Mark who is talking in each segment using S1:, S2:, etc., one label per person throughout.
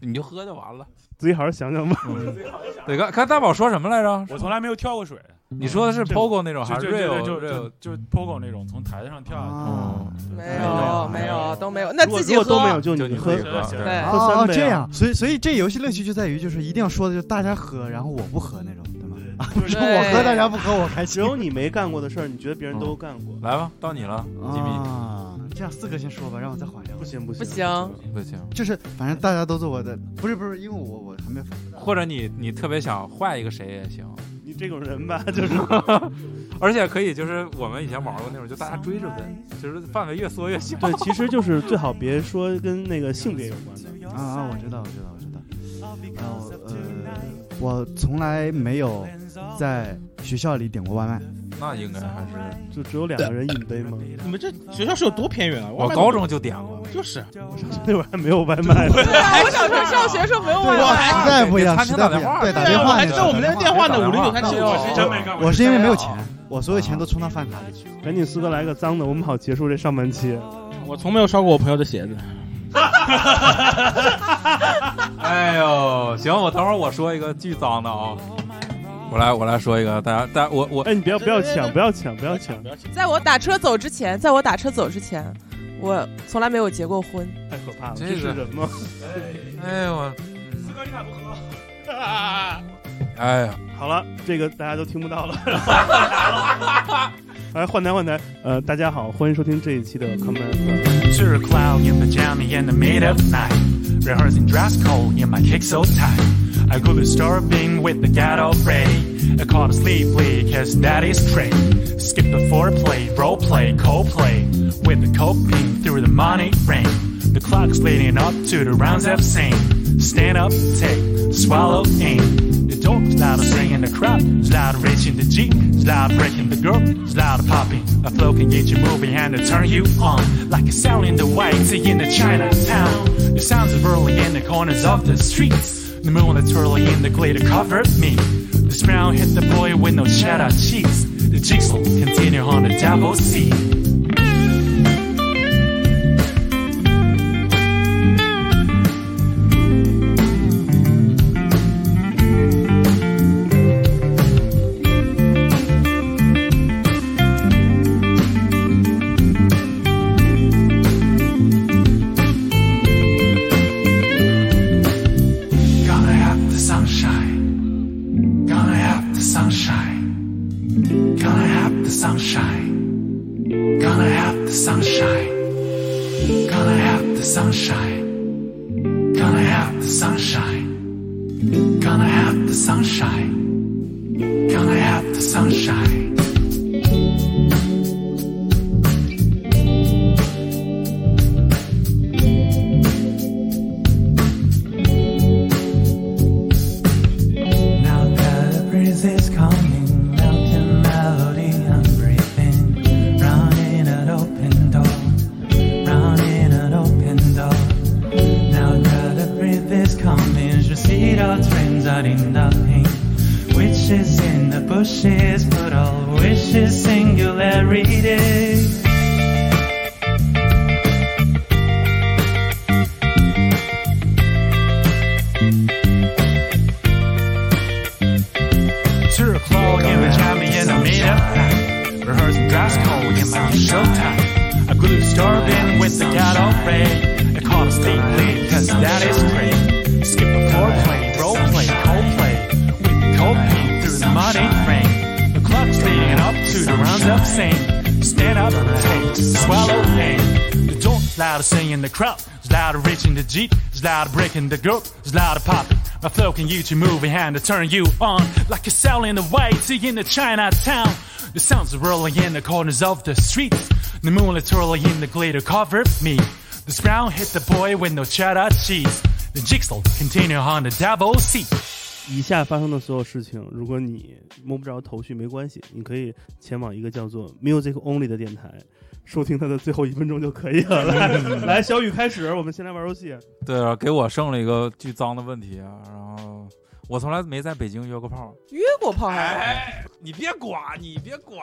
S1: 你就喝就完了。嗯
S2: 自己好好想想吧。
S1: 对，刚刚大宝说什么来着？
S3: 我从来没有跳过水。
S1: 你说的是 POGO 那种还是
S3: 就就
S1: real
S3: 就
S1: real？
S3: 就就 POGO 那种从台子上跳下去。
S4: 哦，
S2: 嗯
S5: 没
S1: 有
S5: 有
S1: 没
S5: 没
S3: 有
S5: 有都没有，那
S2: 如果
S5: 自己
S2: 如果都没有，
S5: 喝。
S2: 就
S1: 就
S2: 你
S1: 自
S2: 喝
S1: 己。喝。
S3: 行
S1: 对
S5: 对
S2: 喝三
S4: 哦，
S2: 杯啊
S4: 这样，所以所以这游戏乐趣就在于就是一定要说的就是大家喝，然后我不喝那种，对吗？啊，不是
S5: 对
S4: 我喝，大家不喝，我开
S2: 只
S4: 心。嗯
S2: 有你没干过的事儿，你觉得别人都干过？
S1: 来吧，到你了，吉米。
S4: 啊，这样四个先说吧，让我再缓一
S2: 不
S4: 缓。
S2: 行不行
S5: 不行，
S1: 不行，
S4: 就是反正大家都做我的，不是不是，因为我我还没反
S1: 或者你你特别想换一个谁也行，
S2: 你这种人 吧，就是
S1: 而且可以就是我们以前玩过那种，就大家追着问，就是范围越缩越小。
S2: 对，其实 就是最好别说跟那个性别有关的。
S4: 啊啊，我知道我知道我知道。然后呃，我从来没有在学校里点过外卖。
S1: 那应该还是
S2: 就只有两个人一杯吗？
S6: 你们这学校是有多偏远啊？
S1: 我
S6: 外面
S1: 高中就点过，
S6: 就是
S2: 那会儿还没有外卖呢，
S5: 我小时候上学时候没有外
S4: 哇
S6: 哎
S5: 卖，
S4: 实在不一样，
S1: 给
S4: 实
S1: 餐厅
S4: 在不一样。对，
S1: 打电话
S4: 打
S1: 对
S4: 电
S6: 我
S4: 话
S6: 还知
S4: 那个。
S6: 道哎我们连电话呢，五零九三七
S1: 对
S6: 我
S1: 我
S6: 是
S1: 是
S6: 真
S1: 真
S6: 没
S1: 没
S6: 干过。啊
S4: 我是因为没有钱，我所有钱都充到饭卡里去。
S2: 赶紧斯哥来个脏的，我们好结束这上半期。
S6: 我从没有烧过我朋友的鞋子。
S1: 哎呦，行，我等会儿我说一个巨脏的啊、我来我来说一个，大家大家我我
S2: 哎，你不要不要抢，不要抢，不要抢！
S6: 不要钱。
S5: 在我打车走之前，在我打车走之前，我从来没有结过婚。
S2: 太可怕了，
S1: 这
S2: 这是
S1: 个
S2: 人吗？
S1: 哎呦我
S3: 四哥，你咋不喝？
S1: 哎呀，
S2: 好了，这个大家都听不 到了。来换台换台，呃，大家好，欢迎收听这一期的 Common FM。
S7: Picture a clown in pajama in the made of night. Rehearsing dress code in my kick so tight. I go disturbing with the ghetto fray. I call to sleep league, cause that is prey. Skip the foreplay, role play, co play. With the coke pink through the money rain. The clock's leading up to the rounds of sing. Stand up, take, swallow, aim. The dope's loud of singing the crowd. It's loud of reaching the Jeep. It's loud of breaking the girl. It's loud of popping. A flow can get you moving and to turn you on. Like a sound in the white sea in the Chinatown. The sounds of early in the corners of the streets. The moonlight's swirling in the glitter covered me. The frown hit the boy with no cheddar cheese. The jigsaw continue on the double C. Gonna have the sunshine. Gonna have the sunshine. Gonna have the sunshine. Gonna have the sunshine. Gonna have the sunshine. Gonna have the sunshine. Gonna have the sunshine. Gonna have the sunshine. Now that the breeze is coming, melting melody I'm breathing. Round in an open door, round in an open door. Now that the breeze is coming, je see the trains are in the pain. Witches in the bushes, put all wishes singularity. Two o'clock in the jammy and I made up night. Rehearsing dress code in my showtime. I grew starving with the ghetto ray. I call us deeply cause that is great. Skip a foreplay, role play, co-play. With the cold paint through the muddy rain. The clock's leading up to the rounds up sing. Stand up, take, swallow, aim. The door's louder singing the crowd. It's louder reaching the jeep. It's louder breaking the group. It's louder popping. My flow can you to move behind to turn you on. Like a sail in the white sea in the Chinatown. The sounds are rolling in the corners of the streets. The moonlight swirling in the glitter covered me. The sprout hit the boy with no cheddar cheese. The jigsaw continue on the double C.
S2: 以下发生的所有事情，如果你摸不着头绪，没关系，你可以前往一个叫做 Music Only 的电台，收听它的最后一分钟就可以 了。来，来，小雨开始，我们先来玩游戏。
S1: 对啊，给我剩了一个巨脏的问题啊，然后我从来没在北京约过炮。
S5: 约过炮还
S1: 你别管，你别管，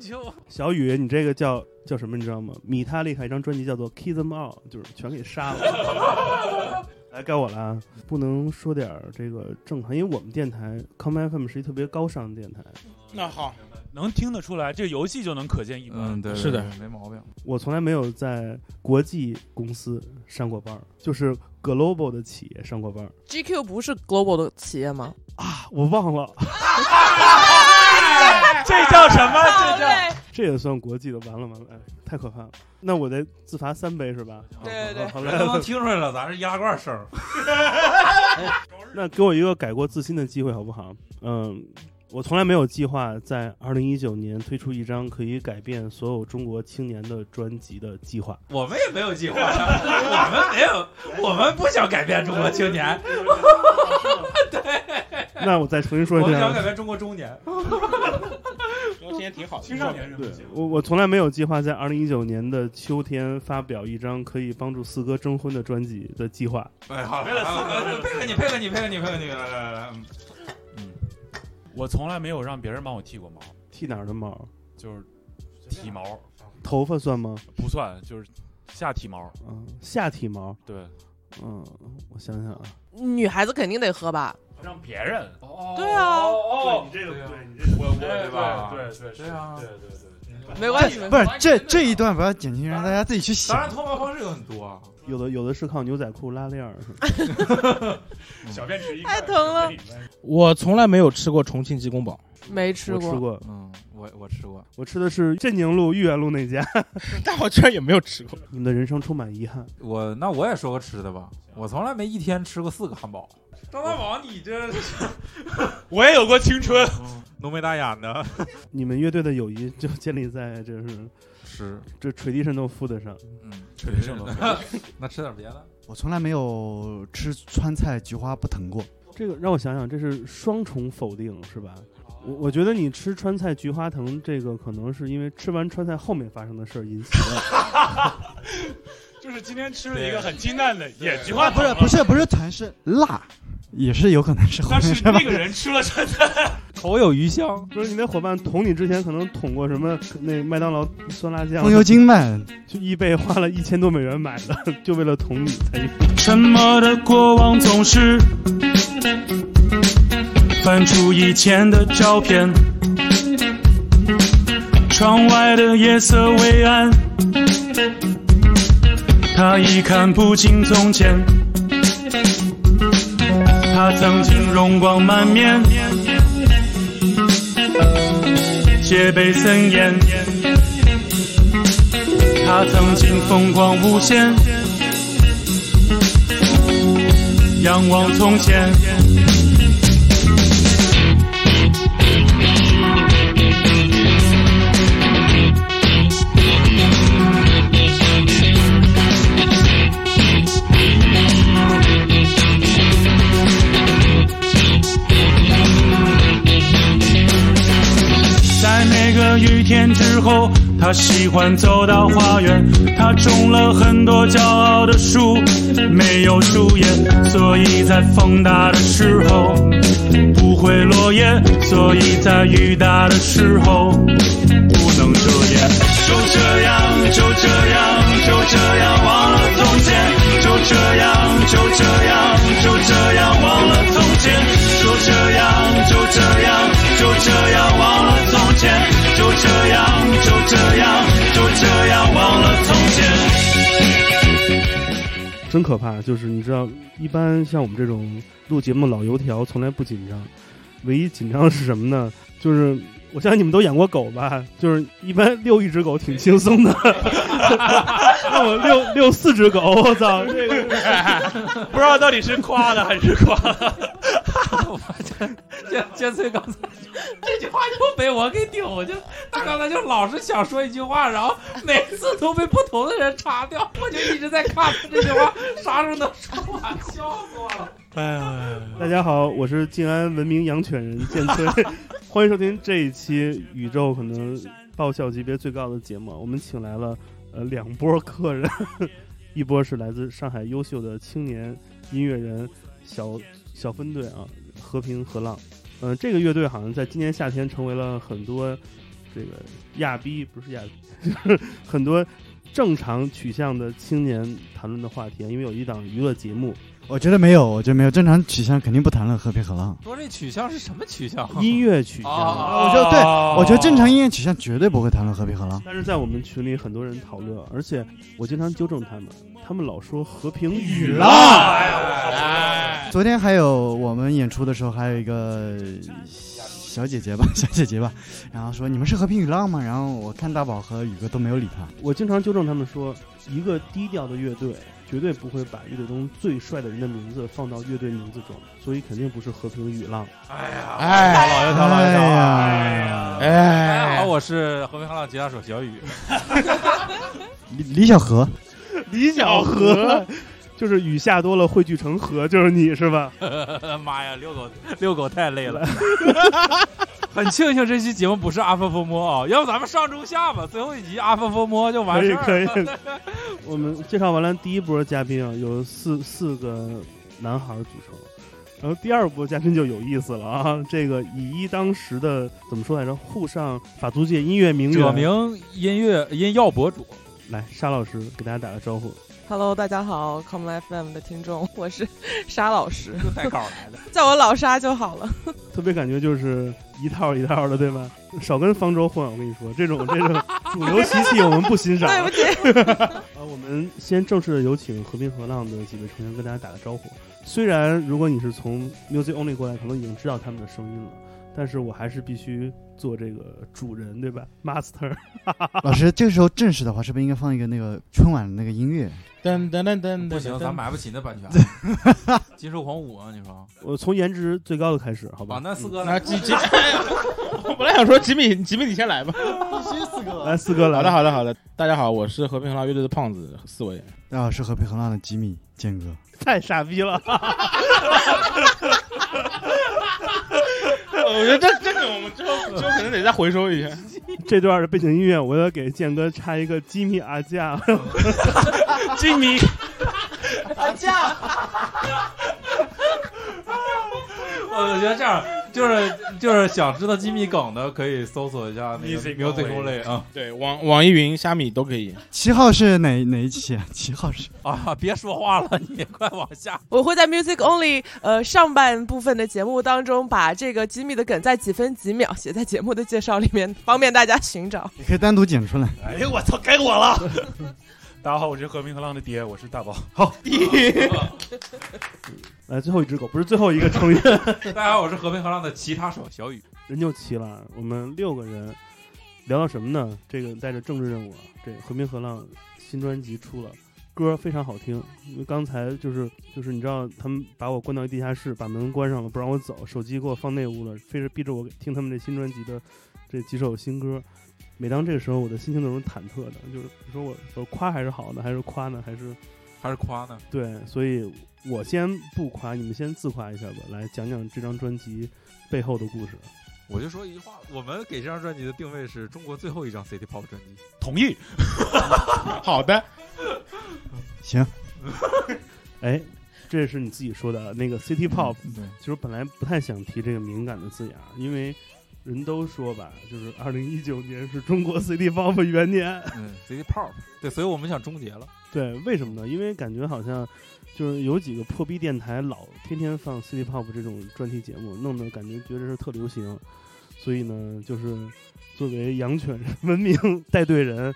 S1: 就
S2: 小雨，你这个叫叫什么？你知道吗？米塔利卡一张专辑叫做《Kill Them All》，就是全给杀了。来该我了啊，不能说点儿这个正常，因为我们电台 Come FM 是一特别高尚的电台。
S6: 那好，
S8: 能听得出来，这游戏就能可见一斑。
S9: 嗯，对，对
S6: 是的
S9: 对没毛病。
S2: 我从来没有在国际公司上过班儿，就是 global 的企业上过班儿
S5: GQ 不是 global 的企业吗？
S2: 啊，我忘了，
S8: 这叫什么？这叫
S5: 嘞，
S2: 这也算国际的，完了完了，哎，太可怕了。那我得自罚三杯是吧？
S5: 对对对
S2: 好
S9: 人
S2: 嘞
S9: 都，能听出来了，咱是压罐声儿。
S2: 那给我一个改过自新的机会好不好？嗯，我从来没有计划在二零一九年推出一张可以改变所有中国青年的专辑的计划。
S9: 我们也没有计划，我们没有，我们不想改变中国青年，
S2: 那我再重新说一
S9: 我们
S2: 遍
S9: 想
S2: 啊
S9: 改。变中国中年。
S6: 我今天挺好的，
S8: 青少年人
S2: 对我，我从来没有计划在二零一九年的秋天发表一张可以帮助四哥征婚的专辑的计划。
S9: 哎，好，来来
S8: 呃
S9: 来配合你，配合你，配合你，配合你，来来来来，嗯
S8: 我从来没有让别人帮我剃过毛，
S2: 剃哪儿的毛？
S8: 就是体毛
S2: 头发算吗？
S8: 不算，就是下体毛。
S2: 嗯，下体毛。
S8: 对，
S2: 嗯，我想想啊，
S5: 女孩子肯定得喝吧？
S8: 让别人。
S5: 对啊，
S8: 哦，
S2: 这
S9: 对啊
S2: 你这
S8: 我我
S9: 对吧
S8: 对对
S9: 对啊
S8: 对对对对。
S5: 没
S2: 哎
S5: 关系，没
S7: 不
S5: 关
S7: 是这这一段不要剪辑，让大家自己去
S9: 当
S7: 想
S9: 然，。脱毛方式有很多啊。
S2: 有的有的是靠牛仔裤拉链儿，
S8: 小便池一
S5: 太疼了。
S6: 我从来没有吃过重庆鸡公煲，
S5: 系，没吃
S2: 我吃
S5: 过。
S2: 过，
S9: 嗯，我我吃过，
S2: 我吃的是镇宁路豫园路那家。
S6: 但我居然也没有吃过。
S2: 你们的人生充满遗憾，
S9: 我那我也说个吃的吧，我从来没一天吃过四个汉 堡。张大宝，你这
S8: 我也有过青春，
S9: 嗯浓眉大眼的，
S2: 你们乐队的友谊就建立在就是
S9: 吃，
S2: 这锤地上都附得上。
S9: 嗯，
S8: 确实了。
S9: 那吃点别的。
S7: 我从来没有吃川菜菊花不疼过。
S2: 这个让我想想，这是双重否定是吧？我我觉得你吃川菜菊花藤，这个可能是因为吃完川菜后面发生的事儿引起 的。
S8: 就是今天吃了一个很清淡的野菊花
S7: 啊，不
S8: 糖
S7: 是
S8: 啊，
S7: 不是不是疼，是辣，也是有可能是后
S8: 但
S7: 面
S8: 是
S7: 是吧
S8: 那？个人吃了川菜，
S9: 头有余香，
S2: 不是你那伙伴捅你之前，可能捅过什么那麦当劳酸辣酱
S7: 风，油精嘛，
S2: 就易贝花了一千多美元买的，就为了捅你才一
S1: 沉默的过往总是翻出以前的照片，窗外的夜色微暗，他已看不清从前。他曾经容光满面，戒备森严。他曾经风光无限。仰望从前。在每个雨天之后，他喜欢走到花园。他种了很多骄傲的树，没有树叶，所以在风大的时候不会落叶，所以在雨大的时候不能遮掩。就这样，就这样，就这样忘了从前。就这样，就这样，就这样忘了从前。就这样，就这样，就这样忘了从前。就这样，就这样，就这样忘了从前。
S2: 真可怕，就是你知道，一般像我们这种录节目老油条，从来不紧张，唯一紧张的是什么呢？就是我相信你们都养过狗吧，就是一般遛一只狗挺轻松 的， 让我遛遛四只狗，我操，这个
S8: 不知道到底是夸的还是夸。
S9: 杰杰崔刚才 这句话又被我给顶回去了。他刚才就老是想说一句话，然后每次都被不同的人插掉，我就一直在看他这句话啥时候能说完，笑死我了。
S2: 大家好，我是静安文明养犬人建崔， 欢迎收听这一期宇宙可能爆笑级别最高的节目。我们请来了呃两波客人， 一波是来自上海优秀的青年音乐人小小分队啊，和平和浪。嗯、这个乐队好像在今年夏天成为了很多这个亚逼不是亚 逼，就是很多正常取向的青年谈论的话题啊，因为有一档娱乐节目
S4: 我觉得没有，我觉得没有，正常取向肯定不谈论和平和浪。
S9: 说这取向是什么取向？
S2: 音乐曲
S9: 啊
S2: 项。
S9: 啊，
S4: 我
S2: 哦
S4: 觉得对，我觉得正常音乐取向绝对不会谈论和平和浪。
S2: 但是在我们群里很多人讨论，而且我经常纠正他们，他们老说和平与浪。
S4: 昨天还有我们演出的时候，还有一个小姐姐吧， 小姐姐吧，然后说你们是和平与浪吗？然后我看大宝和宇哥都没有理他。
S2: 我经常纠正他们说，一个低调的乐队绝对不会把乐队中最帅的人的名字放到乐队名字中，所以肯定不是和平与浪。
S6: 哎
S4: 哎
S2: 哎
S9: 哎
S4: 呀，
S9: 大家好，
S6: 哎，
S9: 我是和平航浪吉他手小雨。
S4: 李李 小河，
S2: 李小河。就是雨下多了汇聚成河，就是你是吧？
S9: 妈呀，遛狗遛狗太累 了。很庆幸这期节目不是阿发疯魔啊，要不咱们上中下吧，最后一集阿发疯魔就完
S2: 可以
S9: 事儿。
S2: 可以。 我们介绍完了第一波嘉宾啊，有四四个男孩组成，然后第二波嘉宾就有意思了啊！ 这个以一当十的怎么说来着？沪上法租界音乐名
S9: 者
S2: 媛
S9: 名音乐音药博主，
S2: 来沙老师给大家打个招呼。
S5: Hello，大家好，Come FM 的听众，我是沙老师，
S9: 就带稿来的。
S5: 叫我老沙就好了。
S2: 特别感觉就是一套一套的，对吧？少跟方舟混，我跟你说，这种 这种主流习气我们不欣赏。
S5: 对不起，
S2: 啊，我们先正式的有请和平和浪的几位成员跟大家打个招呼。虽然如果你是从 Music Only 过来，可能已经知道他们的声音了，但是我还是必须做这个主人，对吧？Master，
S4: 老师，这个时候正式的话，是不是应该放一个那个春晚的那个音乐？
S6: 噔噔噔噔，
S9: 不行，咱买不起 那版权。金兽狂舞啊，你说？
S2: 我从颜值最高的开始，好吧？
S9: 啊，那四哥
S6: 那
S9: 呢？
S6: 吉吉，哎呀我本来想说吉米，吉米你先来吧。
S2: 来哎四哥来，
S6: 好的，好的，好的。大家好，我是和平衡浪乐队的胖子四维。
S4: 大家啊好，是和平和浪的吉米健哥。
S2: 太傻逼了！
S6: 我觉得这这个我们之后 之后可能得再回收一下。
S2: 这段的背景音乐我要给建哥插一个吉米阿 酱，
S8: 金迷
S9: 我觉得这样就是就是想知道机密梗的，可以搜索一下那个
S8: Music
S9: Music
S8: Only
S9: Only 啊
S6: 对，网网易云、虾米都可以。
S4: 七号是哪哪一期啊？ 七号是
S9: 啊！别说话了，你快往 下。
S5: 我会在 Music Only 呃上半部分的节目当中，把这个机密的梗在几分几秒写在节目的介绍里面，方便大家寻找。
S4: 你可以单独剪出来。
S8: 哎呦我操，该我了！ 大家好，我是和平和浪的爹，我是大宝。
S2: 来最后一只狗，不是最后一个成员。
S9: 大家好，我是和平和浪的吉他手小雨。
S2: 人就齐了，我们六个人聊到什么呢？这个带着政治任务啊，这《和平和浪》新专辑出了，歌非常好听。因为刚才就是就是你知道他们把我关到地下室，把门关上了，不让我走，手机给我放那屋了，非是逼着我听他们这新专辑的这几首新歌。每当这个时候，我的心情都是忐忑的，就是你说我我夸还是好呢，还是夸呢，还是
S9: 还是夸呢？
S2: 对？所以我先不夸，你们先自夸一下吧，来讲讲这张专辑背后的故事。
S9: 我就说一句话，我们给这张专辑的定位是中国最后一张 City Pop 专辑。
S8: 同意，
S6: 好的，
S4: 行，
S2: 哎，这是你自己说的那个 City Pop，
S9: 对，
S2: 其实本来不太想提这个敏感的字眼儿，因为人都说吧，就是二零一九年是中国 City Pop 元年。
S9: 嗯，City Pop，对，所以我们想终结了。
S2: 对，为什么呢？因为感觉好像就是有几个破逼电台老天天放 City Pop 这种专题节目，弄得感觉觉得是特流行。所以呢，就是作为养犬 文明带队人，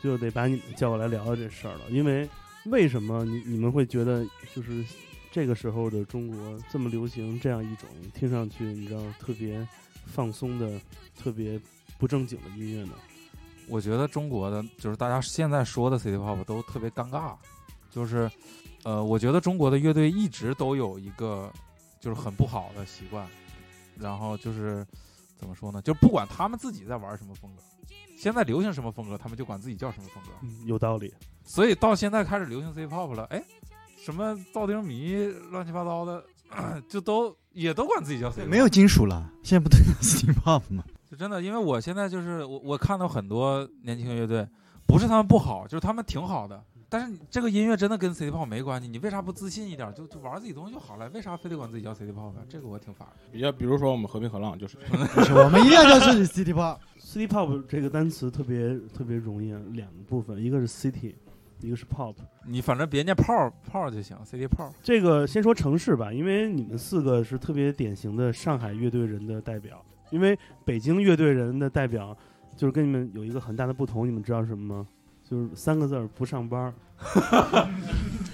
S2: 就得把你们叫过来聊聊这事儿了。因为为什么你你们会觉得就是这个时候的中国这么流行这样一种听上去你知道特别放松的、特别不正经的音乐呢？
S9: 我觉得中国的就是大家现在说的 City Pop 都特别尴尬，就是，呃，我觉得中国的乐队一直都有一个就是很不好的习惯，然后就是怎么说呢，就不管他们自己在玩什么风格，现在流行什么风格，他们就管自己叫什么风格，
S2: 嗯，有道理。
S9: 所以到现在开始流行 City Pop 了，哎，什么噪丁迷乱七八糟的， 就都也都管自己叫 City Pop，
S4: 没有金属了，现在不都叫 City Pop 吗？
S9: 就真的，因为我现在就是我，我看到很多年轻乐队，不是他们不好，就是他们挺好的。但是你这个音乐真的跟 City Pop 没关系，你为啥不自信一点，就就玩自己东西就好了？为啥非得管自己叫 City Pop 呢？这个我挺烦的。
S6: 比较比如说我们和平和浪就是这样。
S4: 不是，我们一定要叫自己 City Pop。
S2: City Pop 这个单词特别特别容易，两个部分，一个是 City，一个是 pop。
S9: 你反正别念泡儿泡儿就行，CD 泡儿。
S2: 这个先说城市吧，因为你们四个是特别典型的上海乐队人的代表，因为北京乐队人的代表就是跟你们有一个很大的不同，你们知道什么吗？就是三个字儿不上班 儿。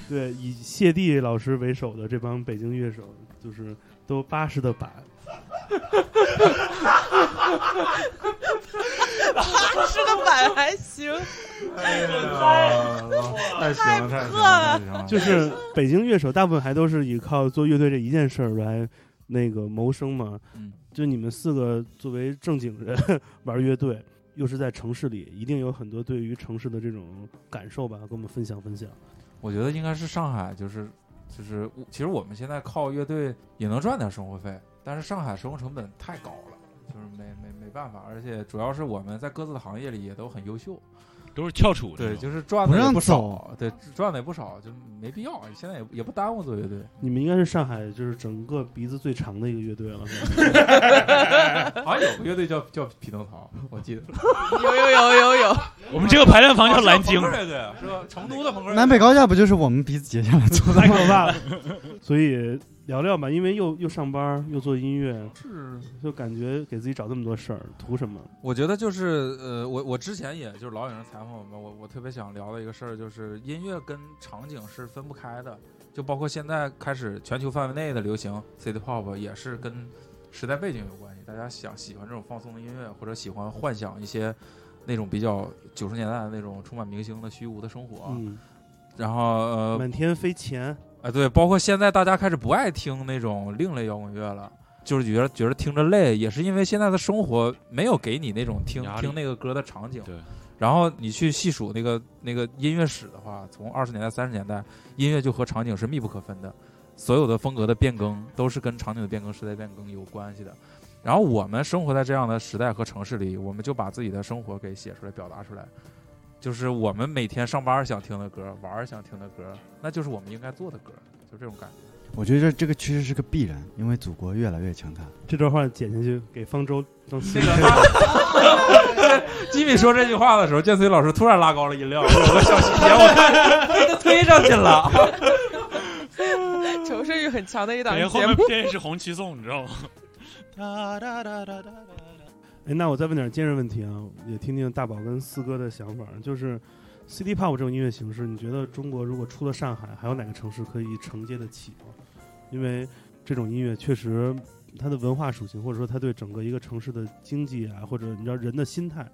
S2: 对，以谢帝老师为首的这帮北京乐手，就是都巴适的板。
S5: 吃的板还行，
S3: 太哎行了，太行了，太行
S5: 啊
S3: 了！
S2: 就是北京乐手大部分还都是依靠做乐队这一件事儿来那个谋生嘛。
S9: 嗯
S2: 就你们四个作为正经人 玩乐队，又是在城市里，一定有很多对于城市的这种感受吧，跟我们分享分享。
S9: 我觉得应该是上海，就是就是，其实我们现在靠乐队也能赚点生活费，但是上海生活成本太高了，就是没没没办法，而且主要是我们在各自的行业里也都很优秀，
S8: 都是翘楚的
S9: 对，
S8: 那种，
S9: 就是赚的也不
S4: 不让
S9: 少，对，赚的也不少，就没必要，现在也也不耽误做乐队，
S2: 你们应该是上海就是整个鼻子最长的一个乐队了，是吧
S9: 好像有个乐队叫叫匹诺曹，我记得
S5: 有有有有有，
S8: 我们这个排练啊房叫蓝
S9: 好
S8: 鲸
S9: 像，朋克乐队是吧？成都的朋克乐队
S4: 南北高架不就是我们鼻子截下来做 的
S2: 太可怕了。 所以聊聊吧，因为又又上班又做音乐，
S9: 是
S2: 就感觉给自己找那么多事儿，图什么？
S9: 我觉得就是呃，我我之前也就是老有人采访我们，我我特别想聊的一个事儿就是音乐跟场景是分不开的，就包括现在开始全球范围内的流行 City Pop 也是跟时代背景有关系，大家想喜欢这种放松的音乐，或者喜欢幻想一些那种比较九十年代的那种充满明星的虚无的生活，
S2: 嗯，
S9: 然后呃
S2: 满天飞钱，
S9: 啊，对，包括现在大家开始不爱听那种另类摇滚乐了，就是觉得觉得听着累，也是因为现在的生活没有给你那种听
S8: 压力
S9: 听那个歌的场景。
S8: 对。
S9: 然后你去细数那个那个音乐史的话，从二十年代、三十年代，音乐就和场景是密不可分的，所有的风格的变更都是跟场景的变更、时代变更有关系的。然后我们生活在这样的时代和城市里，我们就把自己的生活给写出来、表达出来。就是我们每天上班想听的歌，玩儿想听的歌，那就是我们应该做的歌，就这种感觉。
S4: 我觉得这个趋势是个必然，因为祖国越来越强大。
S2: 这段话剪下去给方舟当
S9: 这个 他，吉米说这句话的时候，建崔老师突然拉高了音量，有个小细节，我看被他推上去了。
S5: 求生欲很强的一档
S8: 感觉哎后
S5: 节
S8: 面
S5: 目。
S8: 电视红旗颂，你知道吗？哒哒哒哒哒哒
S2: 哎，那我再问点尖锐问题啊，也听听大宝跟四哥的想法，就是 City Pop 这种音乐形式，你觉得中国如果出了上海，还有哪个城市可以承接得起吗？因为这种音乐确实它的文化属性，或者说它对整个一个城市的经济啊，或者你知道人的心态，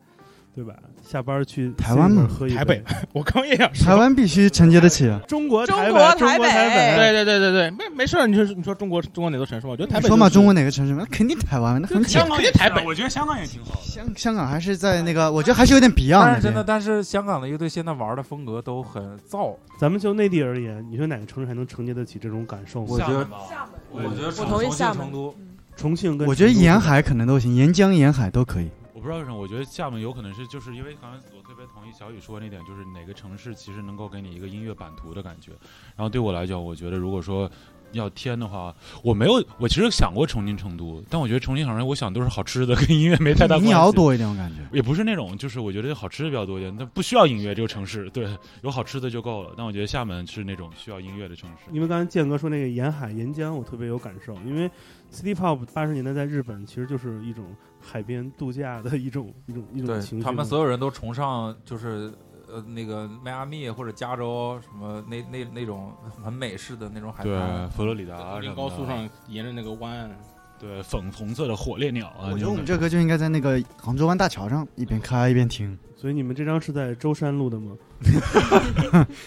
S2: 对吧？下班去
S4: 台湾吗
S2: City 喝一杯
S6: 台北，我刚也想
S4: 台
S6: 说。哎
S4: 湾必须承接得起啊！
S2: 中国
S5: 中
S2: 台北，
S5: 国
S2: 中
S5: 台
S2: 国台
S5: 北
S6: 对对对对对，没没事儿，你说你说中国中国哪座城市嘛？我觉得台
S4: 你
S6: 北
S4: 说嘛，
S6: 就是
S4: 中国哪个城市嘛？那肯定台湾，那很简
S8: 香
S4: 单。
S8: 港
S6: 肯定
S8: 也
S6: 台北
S8: 我觉得香港也挺好的。
S4: 香香港还是在那个，我觉得还是有点 Beyond
S9: 但
S4: 那
S9: 是真的，
S4: 边。
S9: 但是香港的乐队现在玩的风格都很燥，
S2: 咱们就内地而言，你说哪个城市还能承接得起这种感受吗？
S9: 我觉得
S5: 厦门，
S9: 我觉得
S5: 我同意厦门嗯
S9: 成都，
S2: 重庆跟
S4: 我觉得
S2: 成都
S4: 沿海可能都行，沿江沿海都可以。
S8: 我不知道为什么，我觉得厦门有可能是，就是因为刚才我特别同意小雨说的那点，就是哪个城市其实能够给你一个音乐版图的感觉。然后对我来讲，我觉得如果说要添的话，我没有，我其实想过重庆、成都，但我觉得重庆、成都，我想都是好吃的，跟 音乐没太大关系。
S4: 民谣多一点，我感觉。
S8: 也不是那种，就是我觉得好吃的比较多一点，但不需要音乐。这个城市对有好吃的就够了。但我觉得厦门是那种需要音乐的城市。
S2: 因为刚才建哥说那个沿海沿江，我特别有感受，因为 City Pop 八十年代在日本其实就是一种海边度假的一种一种一种情绪嘛。
S9: 他们所有人都崇尚就是呃那个迈阿密或者加州什么那那那种很美式的那种海
S8: 对
S9: 滩，，
S8: 佛罗里达
S6: 丛
S8: 什
S6: 林
S8: 么
S6: 高速
S8: 的，
S6: 上沿着那个湾，
S8: 对粉红色的火烈鸟啊，
S4: 我
S8: 那
S4: 觉得
S8: 种
S4: 我们这歌就应该在那个杭州湾大桥上一边开一边听。
S2: 所以你们这张是在舟山录的 吗？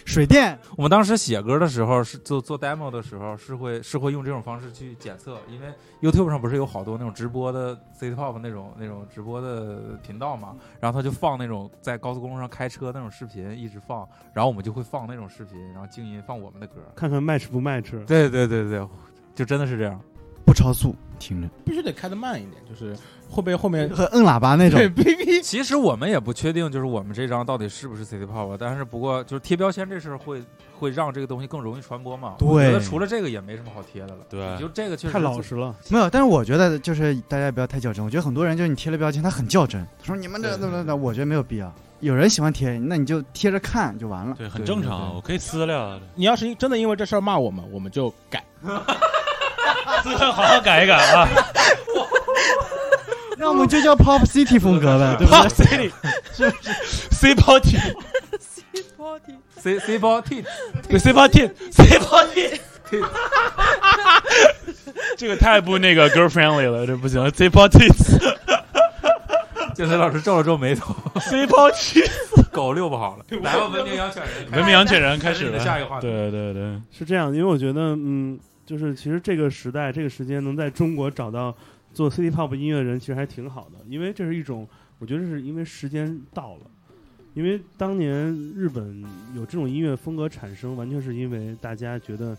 S4: 水电，
S9: 我们当时写歌的时候是做做 demo 的时候是会是会用这种方式去检测，因为 YouTube 上不是有好多那种直播的 City Pop 那种那种直播的频道嘛，然后他就放那种在高速公路上开车那种视频一直放，然后我们就会放那种视频，然后静音放我们的歌。
S2: 看看 match 不 match？
S9: 对对对对，就真的是这样。
S4: 不超速，听着
S6: 必须得开的慢一点，就是会被后面
S4: 和摁喇叭那种
S6: 对，必须
S9: 其实我们也不确定，就是我们这张到底是不是 City Pop，但是不过就是贴标签这事儿会会让这个东西更容易传播嘛。我觉得
S4: 对
S9: 除了这个也没什么好贴的了。
S8: 对
S9: 就这个确实
S2: 太老实
S8: 哦
S2: 了，
S4: 没有，但是我觉得就是大家不要太较真。我觉得很多人就是你贴了标签，他很较真，他说你们这
S9: 对
S4: 怎么怎么，我觉得没有必要。有人喜欢贴，那你就贴着看就完了。
S8: 对，很正常啊，
S4: 对
S8: 我可以私了，
S6: 你要是真的因为这事儿骂我们，我们就改。
S8: 私了好好改一改啊。
S4: 那我们就叫 Pop City 风格呗，对不
S8: 好
S4: 对？
S8: ，City，c p o t
S1: ，C C 包 T
S8: 对 c p o t c p o t 这个太不那个 girl friendly 了，这不行。c p o t c
S1: 建水老师皱了皱眉头，
S8: p o t
S1: 狗遛不好了。来吧，文明养犬人，
S8: 文明养犬人开始
S1: 你的
S8: 了，
S1: 下一个话题。
S8: 对对对，
S2: 是这样，因为我觉得，嗯，就是其实这个时代、这个时间能在中国找到做 City Pop 音乐的人，其实还挺好的，因为这是一种，我觉得是因为时间到了。因为当年日本有这种音乐风格产生，完全是因为大家觉得，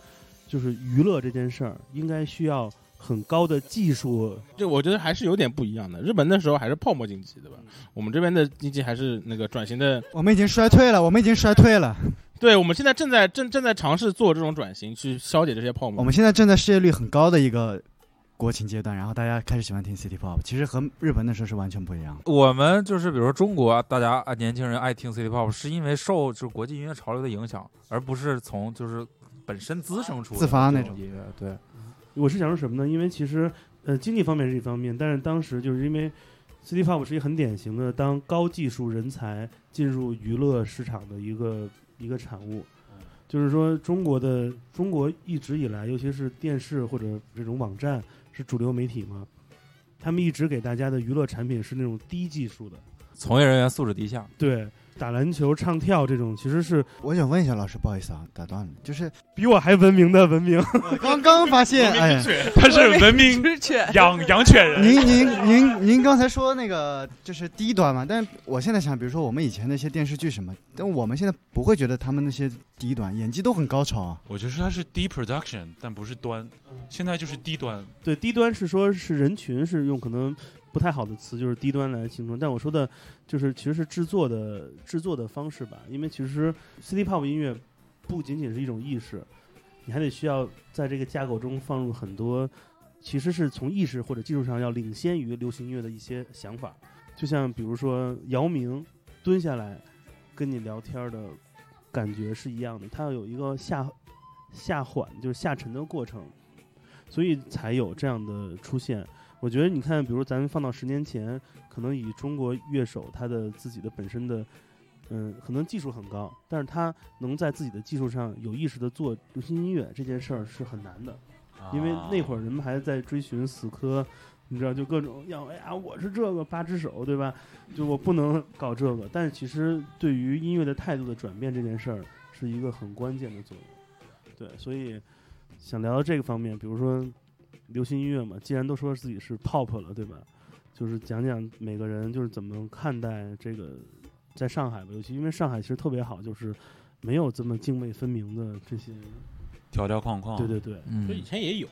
S2: 就是娱乐这件事儿应该需要很高的技术。
S6: 这我觉得还是有点不一样的。日本那时候还是泡沫经济，对
S4: 嗯
S6: 吧？我们这边的经济还是那个转型的，
S4: 我们已经衰退了，我们已经衰退了，
S6: 对我们现在正在正正在尝试做这种转型，去消解这些泡沫。
S4: 我们现在正在失业率很高的一个国情阶段，然后大家开始喜欢听 City Pop，其实和日本那时候是完全不一样的。
S1: 我们就是比如说中国，大家啊年轻人爱听 City Pop，是因为受就是国际音乐潮流的影响，而不是从就是本身滋生出来的
S4: 自发那
S1: 这种音乐。对，
S2: 我是想说什么呢？因为其实，呃，经济方面是一方面，但是当时就是因为 City Pop 是一个很典型的当高技术人才进入娱乐市场的一个一个产物。就是说，中国的中国一直以来，尤其是电视或者这种网站是主流媒体嘛，他们一直给大家的娱乐产品是那种低技术的，
S1: 从业人员素质低下。
S2: 对，打篮球、唱跳这种其实是
S4: 我想问一下老师，不好意思啊，打断你，就是
S2: 比我还文明的文明。
S4: 我刚刚发现，哎，
S8: 他是文明
S5: 之犬，
S8: 养养犬 人，
S4: 您您您您刚才说那个就是低端嘛，但我现在想，比如说我们以前那些电视剧什么，但我们现在不会觉得他们那些低端，演技都很高超啊。
S8: 我觉得它是低 production，但不是端，现在就是低端。
S2: 对，低端是说是人群是用可能不太好的词，就是低端来形容。但我说的就是其实是制作的制作的方式吧，因为其实 City Pop 音乐不仅仅是一种意识，你还得需要在这个架构中放入很多，其实是从意识或者技术上要领先于流行音乐的一些想法。就像比如说姚明蹲下来跟你聊天的感觉是一样的，他要有一个下下缓，就是下沉的过程。所以才有这样的出现。我觉得你看，比如咱们放到十年前，可能以中国乐手他的自己的本身的，嗯，可能技术很高，但是他能在自己的技术上有意识的做流行音乐这件事儿是很难的，因为那会儿人们还在追寻死磕。你知道，就各种要，哎呀，我是这个八只手，对吧？就我不能搞这个。但是其实对于音乐的态度的转变这件事儿，是一个很关键的作用。对，所以想聊到这个方面，比如说流行音乐嘛，既然都说自己是 pop 了，对吧？就是讲讲每个人就是怎么看待这个，在上海吧，尤其因为上海其实特别好，就是没有这么泾渭分明的这些，
S8: 条条框框，
S2: 对对对，
S6: 就以
S1: 嗯，
S6: 前也有，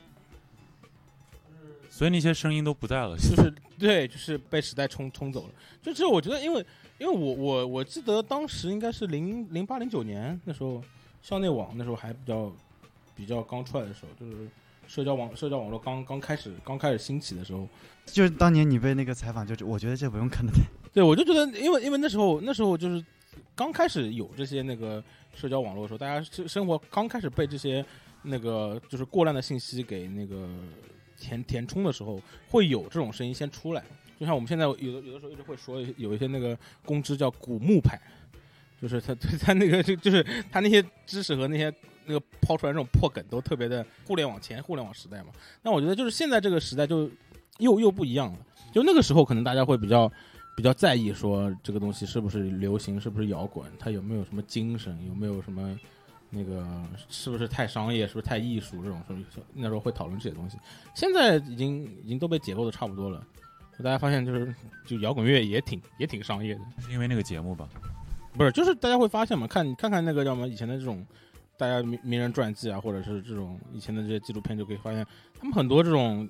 S8: 所以那些声音都不在了。
S6: 就是对，就是被时代冲冲走了。就这，我觉得因为因为我我我记得当时应该是零零八零九年那时候，校内网那时候还比较比较刚出来的时候，就是社交网社交网络刚刚开始刚开始兴起的时候。
S4: 就是当年你被那个采访，就是我觉得这不用看的，
S6: 对，我就觉得，因为因为那时候那时候就是刚开始有这些那个社交网络的时候，大家生生活刚开始被这些那个就是过量的信息给那个填填充的时候，会有这种声音先出来。就像我们现在有的有的时候一直会说，有一些那个公知叫古墓派，就是他他那个就就是他那些知识和那些那个抛出来这种破梗都特别的互联网前互联网时代嘛。那我觉得就是现在这个时代就又又不一样了。就那个时候可能大家会比较比较在意说这个东西是不是流行，是不是摇滚，它有没有什么精神，有没有什么那个是不是太商业，是不是太艺术这种东西。那时候会讨论这些东西，现在已经已经都被解构的差不多了。就大家发现就是就摇滚乐也挺也挺商业的，
S8: 是因为那个节目吧？
S6: 不是就是大家会发现嘛，看看看那个叫什么以前的这种。大家名名人传记啊，或者是这种以前的这些纪录片，就可以发现，他们很多这种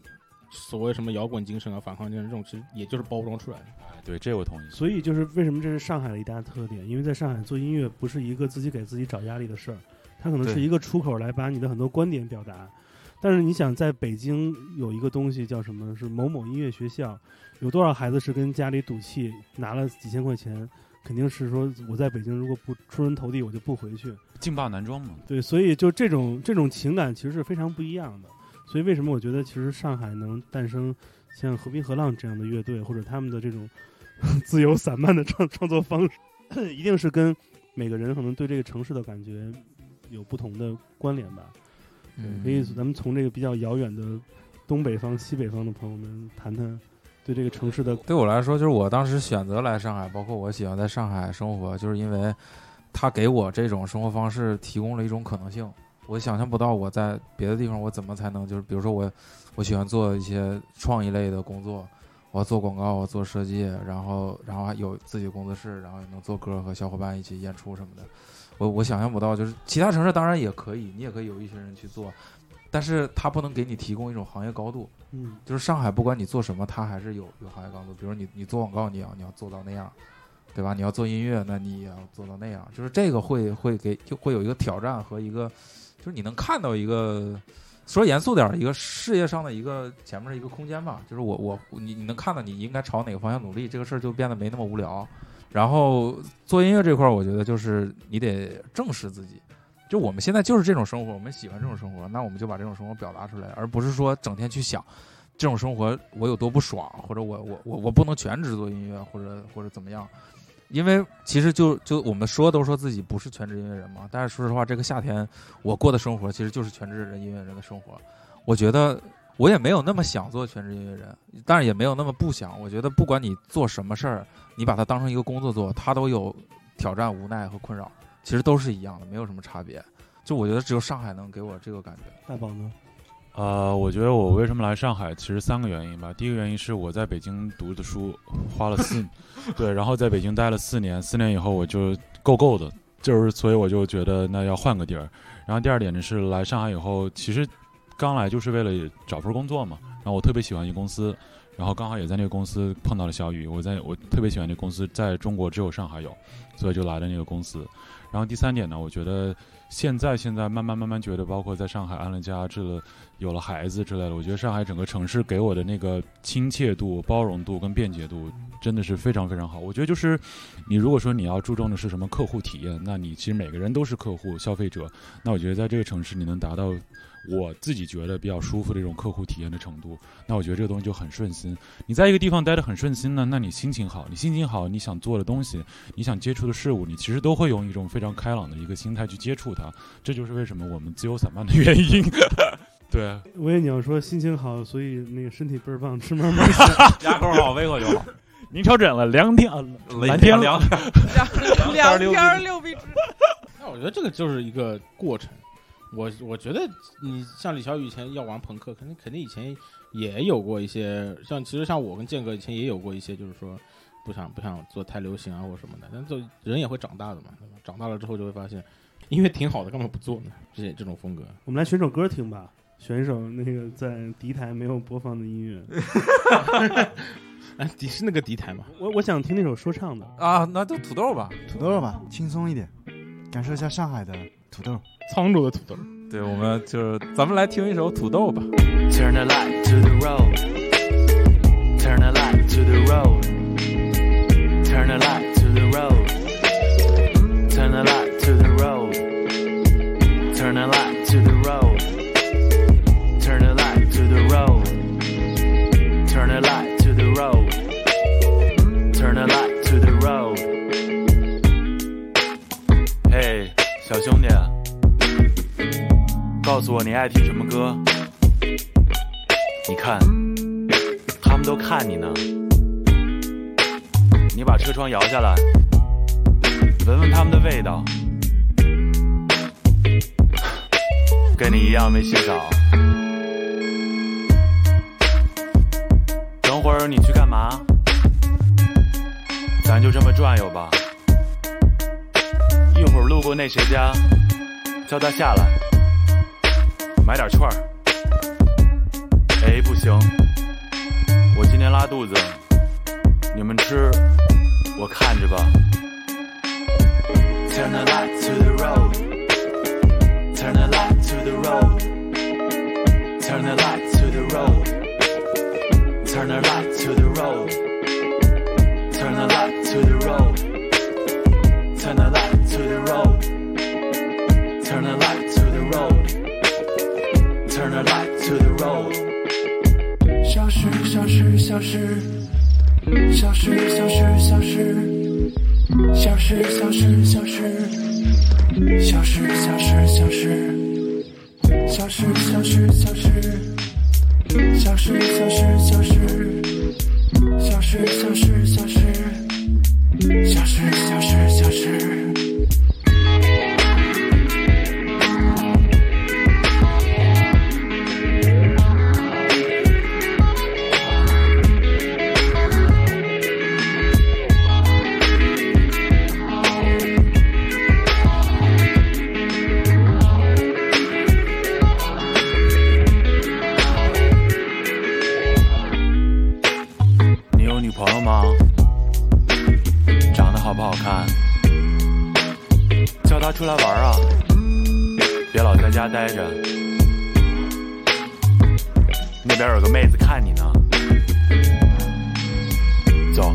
S6: 所谓什么摇滚精神啊、反抗精神这种，其实也就是包装出来的。
S8: 哎，对，这我同意。
S2: 所以就是为什么这是上海的一大特点，因为在上海做音乐不是一个自己给自己找压力的事儿，它可能是
S8: 对
S2: 一个出口来把你的很多观点表达。但是你想，在北京有一个东西叫什么？是某某音乐学校，有多少孩子是跟家里赌气拿了几千块钱肯定是说我在北京如果不出人头地，我就不回去。
S8: 劲霸男装嘛，
S2: 对，所以就这种这种情感其实是非常不一样的。所以为什么我觉得其实上海能诞生像和平河浪这样的乐队，或者他们的这种 自由散漫的创创作方式，一定是跟每个人可能对这个城市的感觉有不同的关联吧。
S6: 嗯
S2: 所以咱们从这个比较遥远的东北方、西北方的朋友们谈谈对这个城市的
S9: 对我来说，就是我当时选择来上海，包括我喜欢在上海生活，就是因为他给我这种生活方式提供了一种可能性。我想象不到我在别的地方我怎么才能，就是比如说我我喜欢做一些创意类的工作，我要做广告，我要做设计，然后然后还有自己的工作室，然后也能做歌和小伙伴一起演出什么的。我我想象不到，就是其他城市当然也可以，你也可以有一群人去做，但是他不能给你提供一种行业高度。
S2: 嗯
S9: 就是上海，不管你做什么，它还是有有行业高度。比如你你做广告，你要你要做到那样，对吧？你要做音乐，那你也要做到那样。就是这个会会给就会有一个挑战和一个，就是你能看到一个说严肃点儿，一个事业上的一个前面的一个空间吧。就是我我你你能看到你应该朝哪个方向努力，这个事儿就变得没那么无聊。然后做音乐这块儿，我觉得就是你得正视自己。就我们现在就是这种生活，我们喜欢这种生活，那我们就把这种生活表达出来，而不是说整天去想这种生活我有多不爽，或者我我我我不能全职做音乐，或者或者怎么样。因为其实就就我们说都说自己不是全职音乐人嘛，但是说实话，这个夏天我过的生活其实就是全职人音乐人的生活。我觉得我也没有那么想做全职音乐人，但是也没有那么不想。我觉得不管你做什么事儿，你把它当成一个工作做，它都有挑战、无奈和困扰，其实都是一样的，没有什么差别。就我觉得只有上海能给我这个感觉。
S2: 大宝呢？
S8: 呃，我觉得我为什么来上海，其实三个原因吧。第一个原因是我在北京读的书花了四， 对，然后在北京待了四年，四年以后我就够够的，就是所以我就觉得那要换个地儿。然后第二点呢是来上海以后，其实刚来就是为了找份工作嘛。然后我特别喜欢一公司，然后刚好也在那个公司碰到了小雨，我在我特别喜欢这公司，在中国只有上海有，所以就来了那个公司。然后第三点呢，我觉得现在现在慢慢慢慢觉得，包括在上海安了家，置了有了孩子之类的，我觉得上海整个城市给我的那个亲切度、包容度跟便捷度真的是非常非常好。我觉得就是你如果说你要注重的是什么客户体验，那你其实每个人都是客户、消费者，那我觉得在这个城市你能达到。我自己觉得比较舒服的这种客户体验的程度，那我觉得这个东西就很顺心。你在一个地方待得很顺心呢，那你心情好，你心情好，你想做的东西，你想接触的事物，你其实都会用一种非常开朗的一个心态去接触它。这就是为什么我们自由散漫的原因。 对，
S2: 我以为你要说心情好，所以那个身体倍儿棒，吃嘛嘛香。
S1: 牙口好，胃口就好，
S3: 您调整了，凉天啊，蓝天
S1: 凉
S5: 两 两天儿六必知，
S6: 那我觉得这个就是一个过程。我我觉得你像李小雨以前要玩朋克，肯定肯定以前也有过一些，像其实像我跟建哥以前也有过一些，就是说不想不想做太流行啊或什么的。但就人也会长大的嘛，对吧长大了之后就会发现，音乐挺好的，干嘛不做呢？这些这种风格，
S2: 我们来选首歌听吧，选一首那个在敌台没有播放的音 乐。
S6: 哎，迪是那个敌台嘛，
S2: 我我想听那首说唱的。
S9: 啊，那就土豆吧。
S4: 土豆吧，轻松一点，感受一下上海的土豆。
S6: 沧州的土豆。
S9: 对，我们就是咱们来听一首《土豆》吧。
S7: Turn the light to the road. Turn the light to the road. Turn the light to the road. Turn the light to the road. Turn the light to the road. Turn the light to the road. Turn the light to the road. Turn the light to the road. Hey，小兄弟，告诉我你爱听什么歌？你看，他们都看你呢。你把车窗摇下来，闻闻他们的味道，跟你一样没洗澡。等会儿你去干嘛？咱就这么转悠吧。一会儿路过那谁家，叫他下来，买点串儿。哎，不行，我今天拉肚子，你们吃，我看着吧。Turn the light to the road. Turn the light to the road. Turn the light to the road. Turn the light to the road. Turn the light to the road.
S10: 消失，消失，消失，消失，消失，消失，消失，消失，消失，消失，消失，消失，消失，消失，消失，消失，消失，消失，消失，消失，消失，消失。
S8: 你有女朋友吗？长得好不好看？叫她出来玩儿啊！别老在家待着。那边有个妹子看你呢，走，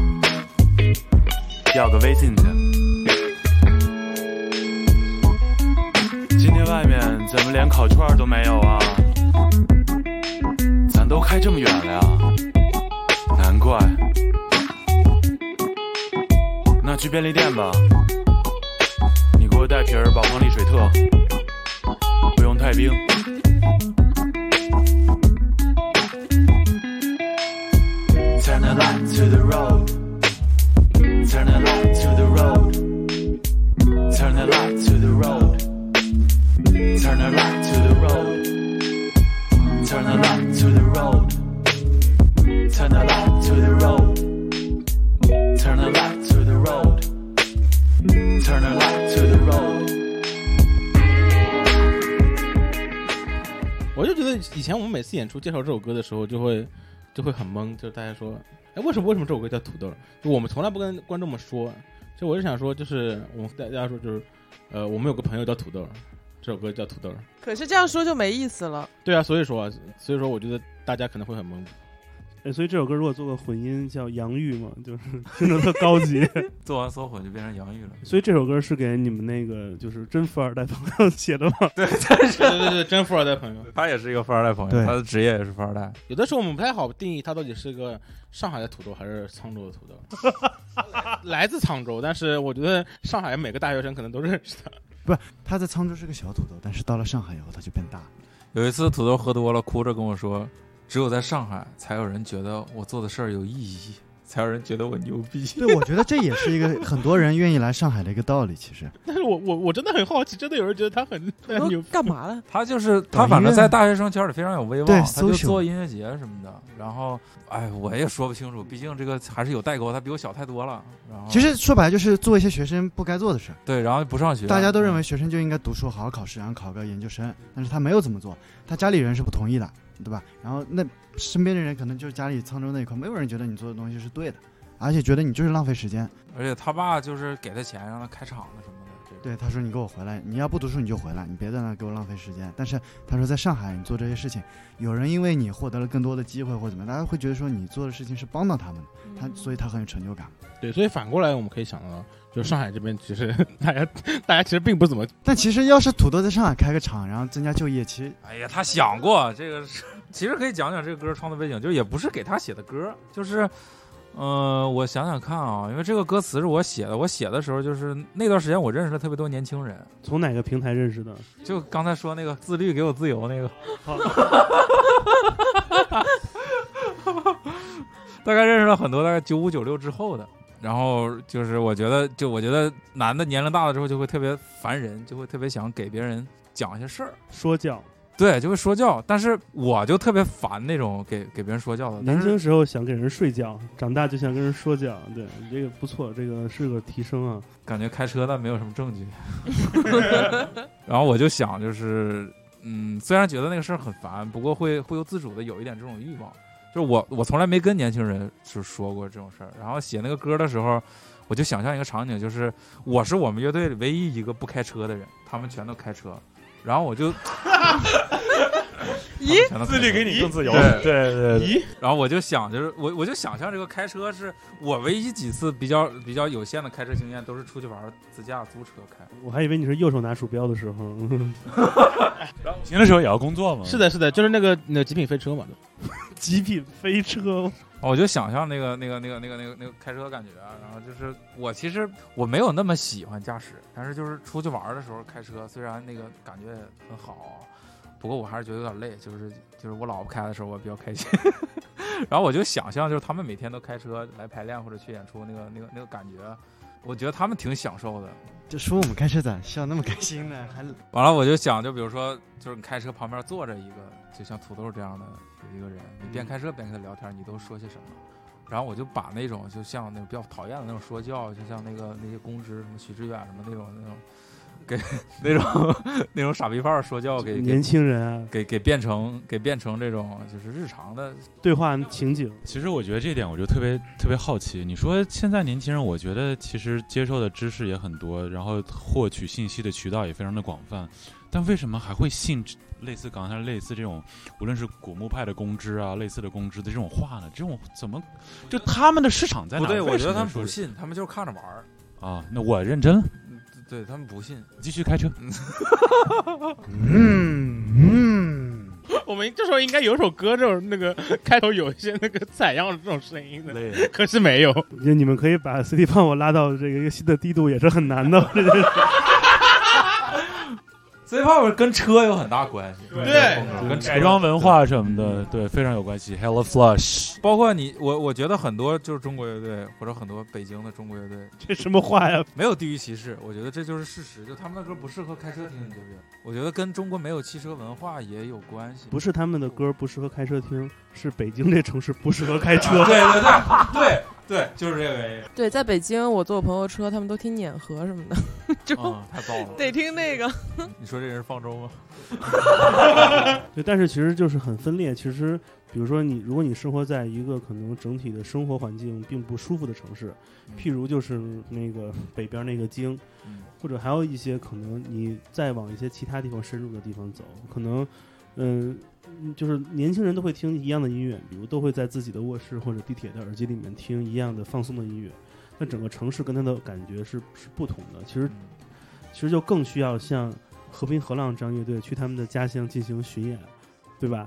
S8: 要个微信去。今天外面怎么连烤串儿都没有啊？咱都开这么远了呀？难怪。那去便利店吧，你给我带瓶儿宝矿力水特，不用太冰。
S10: Turn the light to the road. Turn the light to the road. Turn the light to the road. Turn the light to the road. Turn the light to the road. Turn the light to the road. Turn the light to the road. Turn the light to the road.
S6: 我就觉得以前我们每次演出介绍这首歌的时候，就会就会很懵，就是大家说，哎，为什么为什么这首歌叫土豆？就我们从来不跟观众们说，所以我就想说，就是我们大家说就是，呃，我们有个朋友叫土豆，这首歌叫土豆。
S5: 可是这样说就没意思了。
S6: 对啊，所以说啊，所以说我觉得大家可能会很懵。
S2: 哎所以这首歌如果做个混音叫洋芋嘛，就是听着特 高级。
S11: 做完缩混就变成洋芋了。
S2: 所以这首歌是给你们那个就是真富二代朋友写的吗？对，
S6: 对对对，真富二代朋友。
S3: 他也是一个富二代朋
S2: 对
S3: 友，他的职业也是富二代。
S6: 有的时候我们不太好定义它到底是个上海的土豆还是沧州的土豆， 来自沧州，但是我觉得上海每个大学生可能都认识它。
S4: 不，他在沧州是个小土豆，但是到了上海以后他就变大了。
S9: 有一次土豆喝多了，哭着跟我说，只有在上海才有人觉得我做的事儿有意义，才有人觉得我牛 逼。
S4: 对，我觉得这也是一个很多人愿意来上海的一个道 理。其实，
S6: 但是我我我真的很好奇，真的有人觉得他很很牛
S5: 干嘛了？
S9: 他就是
S4: 搞
S9: 他，反
S4: 音
S9: 正
S4: 乐
S9: 在大学生圈里非常有威望，
S4: 对
S9: 他就
S4: social
S9: 做音乐节什么的。然后，哎，我也说不清楚，毕竟这个还是有代沟，他比我小太多了。然后，
S4: 其实说白了就是做一些学生不该做的事儿。
S9: 对，然后不上学，
S4: 大家都认为学生就应该读书，好好考试，然后考个研究生。但是他没有这么做，他家里人是不同意的，对吧？然后那身边的人可能就是家里沧州那一块，没有人觉得你做的东西是对的，而且觉得你就是浪费时间。
S9: 而且他爸就是给他钱让他开厂子什么的。这种
S4: 对，他说你给我回来，你要不读书你就回来，你别在那给我浪费时间。但是他说在上海你做这些事情，有人因为你获得了更多的机会或者怎么样，大家会觉得说你做的事情是帮到他们的，他所以他很有成就感。
S6: 对，所以反过来我们可以想到，就上海这边其实 大家大家其实并不怎么
S4: 但其实要是土豆在上海开个厂，然后增加就业，其实
S9: 哎呀，他想过这个是，其实可以讲讲这个歌创作背景，就是也不是给他写的歌，就是，呃，我想想看啊，因为这个歌词是我写的，我写的时候就是那段时间我认识了特别多年轻人，
S2: 从哪个平台认识的？
S9: 就刚才说那个自律给我自由那 个，大概认识了很多大概九五九六之后的。然后就是我觉得，就我觉得男的年龄大了之后就会特别烦人，就会特别想给别人讲一些事儿，
S2: 说教。
S9: 对，就会说教。但是我就特别烦那种给给别人说教的。但
S2: 年
S9: 是
S6: 嗯
S2: 轻时候想给人睡觉，长大就想跟人说教。对你这个不错，这个是个提升啊。
S9: 感觉开车，但没有什么证据。 然后我就想，就是嗯，虽然觉得那个事儿很烦，不过会会有自主的有一点这种欲 望。就是我我从来没跟年轻人就说过这种事儿。然后写那个歌的时候，我就想象一个场景，就是我是我们乐队里唯一一个不开车的人，他们全都开车。然后 我就，
S5: 咦，
S9: 自律给
S3: 你更自由对
S9: 对
S3: 对对
S6: 咦，
S9: 然后我就想，就是我我就想象这个开车是我唯一几次比较比较有限的开车经验，都是出去玩儿自驾租车开。
S2: 我还以为你是右手拿鼠标的时候，
S3: 行的时候也要工作嘛。
S6: 是的，是的，就是那个那个极品飞车嘛，
S2: 极品飞车，
S9: 哦我就想象那个那个那个那个那个那个开车的感觉啊，然后就是我其实我没有那么喜欢驾驶，但是就是出去玩儿的时候开车，虽然那个感觉很好，不过我还是觉得有点累，就是就是我老婆开的时候我比较开心， 然后我就想象就是他们每天都开车来排练或者去演出那个那个那个感觉，我觉得他们挺享受的，
S4: 就说我们开车咋笑那么开心呢？还
S9: 完了，我就想，就比如说，就是你开车旁边坐着一个，就像土豆这样的一个人，你边开车边跟他聊天，你都说些什么？然后我就把那种就像那种比较讨厌的那种说教，就像那个那些公知什么许知远什么那种那种，给 那种 那种傻逼范儿说教给
S2: 年轻人啊，
S9: 给给变成给变成这种就是日常的
S2: 对话情景，
S8: 其实我觉得这一点，我就特别特别好奇。你说现在年轻人，我觉得其实接受的知识也很多，然后获取信息的渠道也非常的广泛，但为什么还会信类似刚才类似这种，无论是古墓派的公知啊，类似的公知的这种话呢？这种怎么就他们的市场在哪？
S9: 不对，我
S8: 为
S9: 觉
S8: 什
S9: 得
S8: 么
S9: 他们
S8: 说
S9: 不
S8: 是
S9: 信，他们就是看着玩儿，
S8: 啊。那我认真了，
S9: 对他们不信。
S8: 继续开车。
S4: 嗯嗯，
S6: 我们这时候应该有一首歌，这种那个开头有一些那个 采样的这种声音的，
S8: 对，
S6: 可是没有。
S2: 就 你们可以把 City 胖我拉到这个一个新的低度，也是 很难的。这件事
S9: 所以泡泡跟车有很大关系，
S3: 对
S9: 这个风格跟车
S8: 改装文化什么
S9: 嗯
S8: 的，对，非常有关系。Hello Flush，
S9: 包括你，我我觉得很多就是中国乐队或者很多北京的中国乐队
S2: 这什么话呀？
S9: 没有地域歧视，我觉得这就是事实。就他们的歌不适合开车听，你觉不觉得？我觉得跟中国没有汽车文化也有关系。
S2: 不是他们的歌不适合开车听，是北京这城市不适合开车。
S9: 对对对对对，就是这个原因。
S5: 对，在北京我坐我朋友车，他们都听碾核什么的， 就
S9: 嗯，太棒了。
S5: 得听那个。
S9: 你说这人是方舟 吗？
S2: 对，但是其实就是很分裂。其实，比如说你，如果你生活在一个可能整体的生活环境并不舒服的城市，譬如就是那个北边那个京，
S9: 嗯
S2: 或者还有一些可能你再往一些其他地方深入的地方走，可能，嗯、嗯就是年轻人都会听一样的音乐，比如都会在自己的卧室或者地铁的耳机里面听一样的放松的音乐，但整个城市跟它的感觉是是不同的。其实
S9: 嗯
S2: 其实就更需要像和平河浪这样乐队去他们的家乡进行巡演，对吧？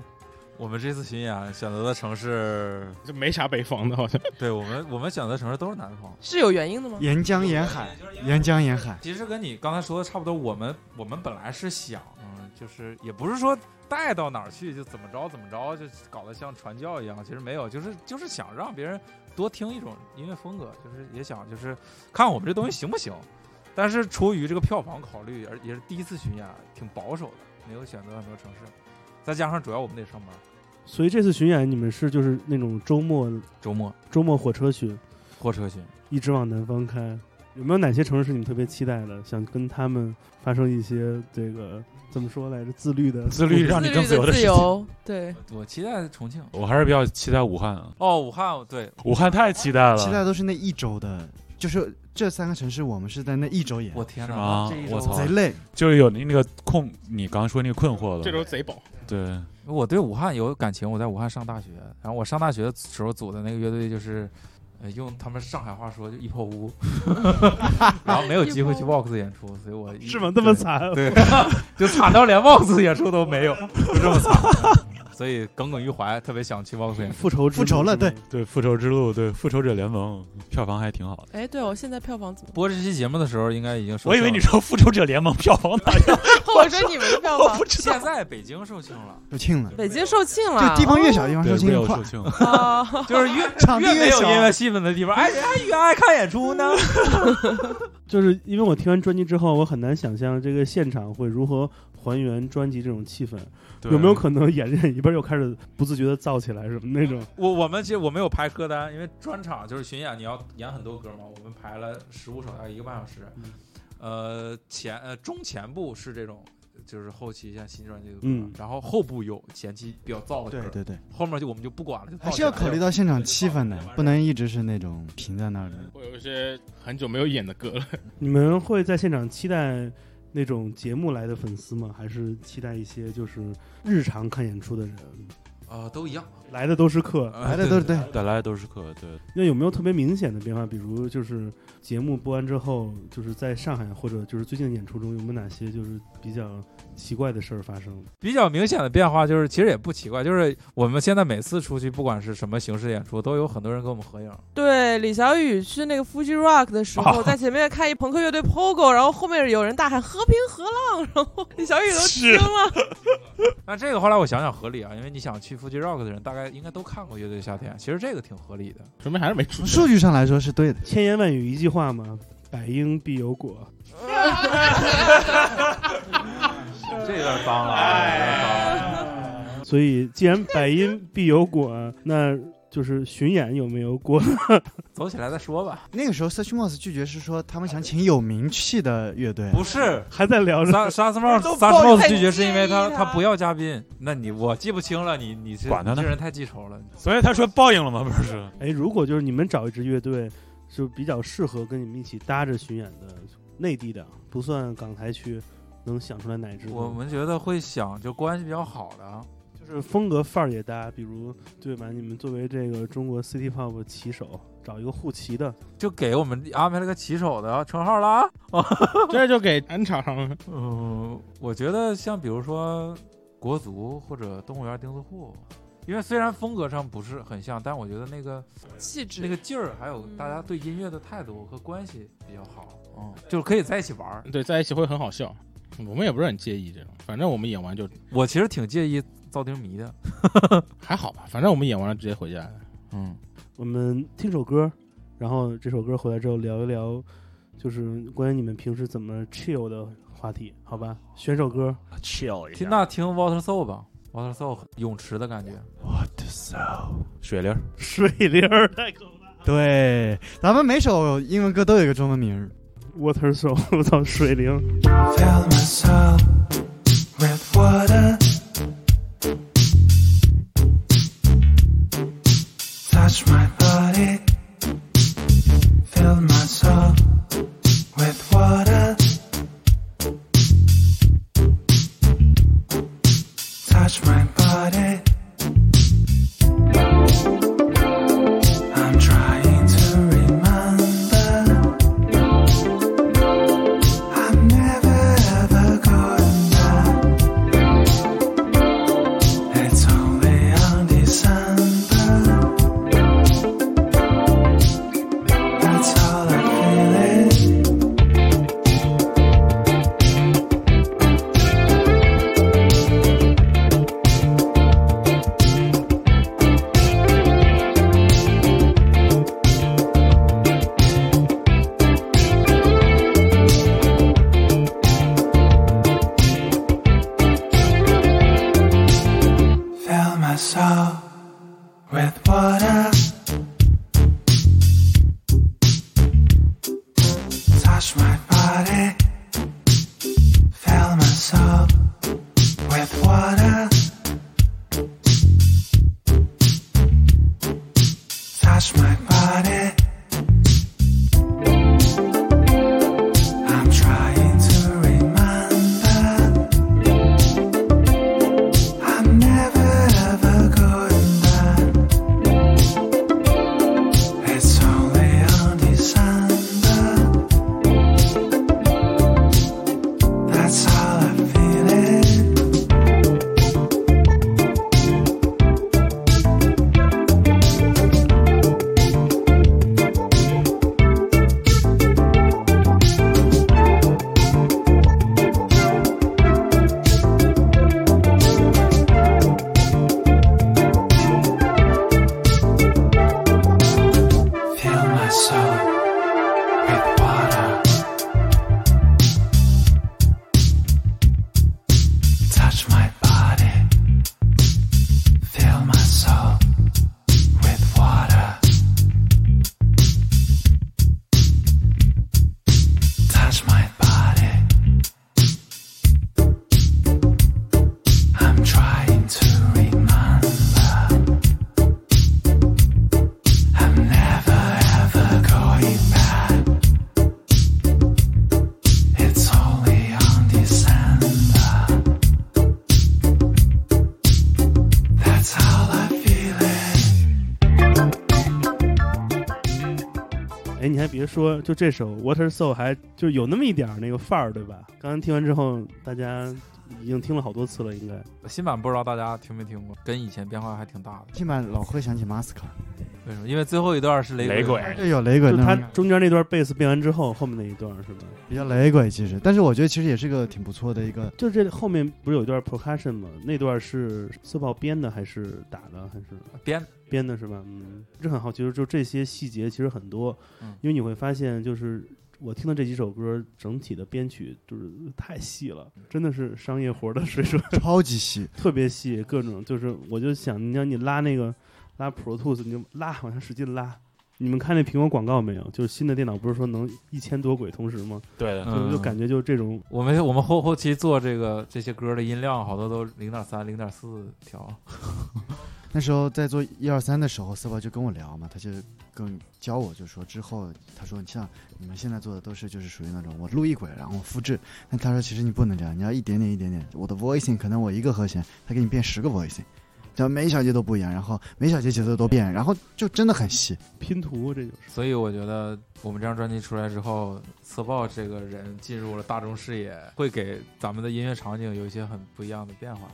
S9: 我们这次巡演选择的城市，
S6: 就没啥北方的，好像
S9: 对我们我们选择的城市都是南方。
S5: 是有原因的吗？
S4: 沿江沿海，沿江沿海，
S9: 其实跟你刚才说的差不多，我们我们本来是想，嗯，就是也不是说带到哪儿去就怎么着怎么着，就搞得像传教一样，其实没有，就是就是想让别人多听一种音乐风格，就是也想就是看我们这东西行不行。但是出于这个票房考虑，而也是第一次巡演，挺保守的，没有选择很多城市，再加上主要我们得上班，
S2: 所以这次巡演你们是就是那种周末
S9: 周末
S2: 周末火车巡，
S9: 火车巡。
S2: 一直往南方开。有没有哪些城市是你们特别期待的，想跟他们发生一些这个怎么说来着？自律的
S8: 自律
S5: 自
S8: 让你
S5: 律
S8: 更自由
S5: 的
S8: 的
S5: 自
S8: 事情。
S5: 由，对，
S9: 我期待重庆
S8: 我还是比较期待武汉啊，
S9: 哦，武汉对，
S8: 武汉太期待了，
S4: 期待都是那一周的，就是这三个城市，我们是在那一周演，
S9: 我天
S8: 是
S9: 哪，
S8: 吗
S9: 这一
S8: 我
S9: 周
S8: 操
S4: 贼累。
S8: 就是有那那个困，你刚刚说那个困惑
S6: 这
S8: 了，
S6: 种贼饱。
S8: 对，
S9: 我对武汉有感情，我在武汉上大学，然后我上大学的时候组的那个乐队就是，呃，用他们上海话说就一泡 屋，然后没有机会去 Vox 演出，所以我一
S2: 是吗？那么，惨？啊
S9: 对，对 就惨到连 Vox 演出都没有，就这么惨，所以耿耿于怀，特别想去 Vox 演出。
S2: 复仇之
S4: 复仇
S2: 路
S4: 了
S2: 是吗
S4: 对
S8: 对，复仇之路，对，复仇者联盟票房还挺好的。
S5: 哎，对我现在票 房怎么？
S9: 播这期节目的时候，应该已经说，
S3: 我以为你说复仇者联盟票房大，
S5: 我说你们的票房，
S9: 现在北京售罄了，
S4: 就 庆了。
S5: 北京售罄了，
S4: 嗯
S5: 哦
S4: 就地方越小，地方
S8: 对
S4: 售，罄
S8: 没
S4: 越
S8: 有
S4: 快
S8: 售。罄，
S5: 啊，
S9: 就是越
S4: 场地
S9: 越没
S4: 越
S9: 有音
S4: 小
S9: 乐，细分的地方，哎，人家越爱看演出呢。
S2: 就是因为我听完专辑之后，我很难想象这个现场会如何还原专辑这种气氛。
S8: 对
S2: 有没有可能演着演一半又开始不自觉的燥起来什么那种？
S9: 我我们其实我没有排歌单，因为专场就是巡演，你要演很多歌嘛。我们排了十五首，大概一个半小时。
S2: 嗯
S9: 呃，前呃中前部是这种，就是后期像新专辑的歌，
S2: 嗯
S9: 然后后部有前期比较燥的歌，
S4: 对对对，
S9: 后面就我们就不管了，就
S4: 还是要考虑
S9: 到。
S4: 到现场气氛的，不能一直是那种停在那儿的。
S6: 我有一些很久没有演的歌了，
S2: 你们会在现场期待那种节目来的粉丝吗？还是期待一些就是日常看演出的人？
S9: 啊、都一样。
S2: 来的都是客，
S4: 来的都是对。
S8: 啊对，来的都是客，对，
S2: 那有没有特别明显的变化？比如就是节目播完之后，就是在上海或者就是最近的演出中，有没有哪些就是比较奇怪的事儿发生？
S9: 比较明显的变化就是，其实也不奇怪，就是我们现在每次出去，不管是什么形式演出，都有很多人跟我们合影。
S5: 对，李小雨去那个 Fuji Rock 的时
S9: 哦
S5: 候，在前面看一朋克乐队 Pogo，然后后面有人大喊“和平河浪”，然后李小雨都惊了。
S9: 那这个后来我想想合理啊，因为你想去 Fuji Rock 的人，大概应该都看过乐队夏天，其实这个挺合理的。
S6: 说明还是没出
S4: 从数据上来说是对的，
S2: 千言万语一句话嘛，百因必有果。
S9: 这有点脏了啊，有点脏了。
S2: 所以既然百因必有果，那就是巡演有没有果？
S9: 走起来再说吧。
S4: 那个时候 Search Moss 拒绝是说他们想请有名气的乐队，
S9: 不是，
S2: 还在聊着。
S9: 沙沙斯帽
S5: 都
S9: 沙斯帽
S5: 抱怨
S9: 子拒绝是因为他
S5: 介意他
S9: 他不要嘉宾。那你我记不清了，你你是
S8: 管他呢
S9: 你这人太 记仇了。
S8: 所以他说报应了吗？不是，
S2: 哎，如果就是你们找一支乐队，就比较适合跟你们一起搭着巡演的内地的，啊不算港台区，能想出来哪支吗？
S9: 我们觉得会想就关系比较好的，啊
S2: 就是风格范儿也搭，比如对吧？你们作为这个中国 City Pop 旗手，找一个护旗的，
S9: 就给我们安排了个骑手的啊称号 啦。
S6: 这就给安场上了。
S9: 嗯，我觉得像比如说国足或者动物园钉子户，因为虽然风格上不是很像，但我觉得那个
S5: 气
S9: 那
S5: 质，嗯
S9: 个劲儿，还有大家对音乐的态度和关系比较好。嗯，就是可以在一起玩儿。
S6: 对，在一起会很好笑。我们也不是很介意这种，反正我们演完就
S9: 我其实挺介意造丁迷的。
S6: 还好吧，反正我们演完了直接回家。
S9: 嗯，
S2: 我们听首歌，然后这首歌回来之后聊一聊，就是关于你们平时怎么 chill 的话题，好吧？选首歌，
S7: Chill 一
S9: 听那听 Water Soul 吧，Water Soul 泳池的感觉。
S8: 水灵儿，
S2: 水灵儿
S4: 对，咱们每首英文歌都有一个中文名儿。
S2: ，Water Soul，我操，水灵。
S12: Fill myself with water. Touch my body. Fill myself with water. Touch my body. I'm trying to remember. I'm never ever going back. It's only on December. That's all I'm feeling. Fill my soul with water. Touch my body. Fill my soul with water. Touch my body. I'm trying to remember. I'm never ever going back. It's only on December. That's all I'm feeling.
S2: 哎，你还别说，就这首《Water Soul》还就有那么一点儿那个范儿，对吧？刚刚听完之后，大家已经听了好多次了，应该。
S9: 新版不知道大家听没听过，跟以前变化还挺大的。
S4: 这版老会想起马斯克，
S9: 为什么？因为最后一段是雷
S3: 雷鬼
S4: 这有雷鬼
S2: 就
S4: 那
S2: 他
S4: 种
S2: 中间那段贝斯变完之后，后面那一段是吧？
S4: 比较雷鬼，其实，但是我觉得其实也是个挺不错的一个，
S2: 就这后面不是有一段 percussion 吗？那段是色豹编的还是打的还是？
S9: 编的
S2: 编的是吧？嗯，这很好奇，就是就这些细节其实很多，
S9: 嗯
S2: 因为你会发现，就是我听的这几首歌整体的编曲就是太细了，真的是商业活的水准，
S4: 超级细，
S2: 特别细，各种就是我就想，你让你拉那个拉 Pro Tools，你就拉往上使劲拉。你们看那苹果广告没有？就是新的电脑不是说能一千多轨同时吗？
S3: 对的，
S2: 就就感觉就这种
S9: 我们我们后后期做这个这些歌的音量，好多都零点三、零点四调。
S4: 那时候在做一二三的时候，四宝就跟我聊嘛，他就跟教我就说之后，他说你像你们现在做的都是就是属于那种我录一轨然后我复制，但他说其实你不能这样，你要一点点一点点，我的 voicing 可能我一个和弦，他给你变十个 voicing，只要每一小节都不一样，然后每一小节节奏都变，然后就真的很细。
S2: 拼图，这就是。
S9: 所以我觉得我们这张专辑出来之后，色豹这个人进入了大众视野，会给咱们的音乐场景有一些很不一样的变化。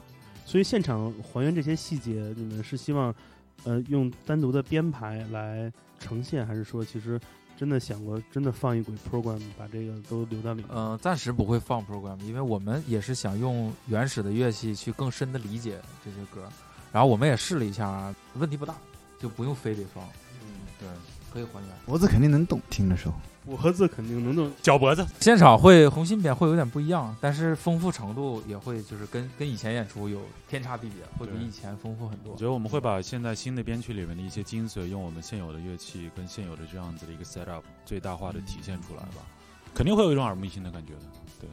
S2: 所以现场还原这些细节，你们是希望，呃，用单独的编排来呈现，还是说其实真的想过真的放一轨 program 把这个都留到里面？
S9: 嗯、暂时不会放 program，因为我们也是想用原始的乐器去更深的理解这些歌。然后我们也试了一下，啊问题不大，就不用非得放，
S8: 嗯
S3: 对，
S9: 可以还原。
S4: 脖子肯定能懂，听的时候。
S2: 脖子肯定能弄，
S3: 脚脖子，
S9: 现场会红心点会有点不一样，但是丰富程度也会就是跟跟以前演出有天差地别，会比
S3: 对
S9: 以前丰富很多
S8: 我觉。得我们会把现在新的编曲里面的一些精髓，用我们现有的乐器跟现有的这样子的一个 setup 最大化的体现出来吧，
S4: 嗯
S8: 肯定会有一种耳目一新的感觉的。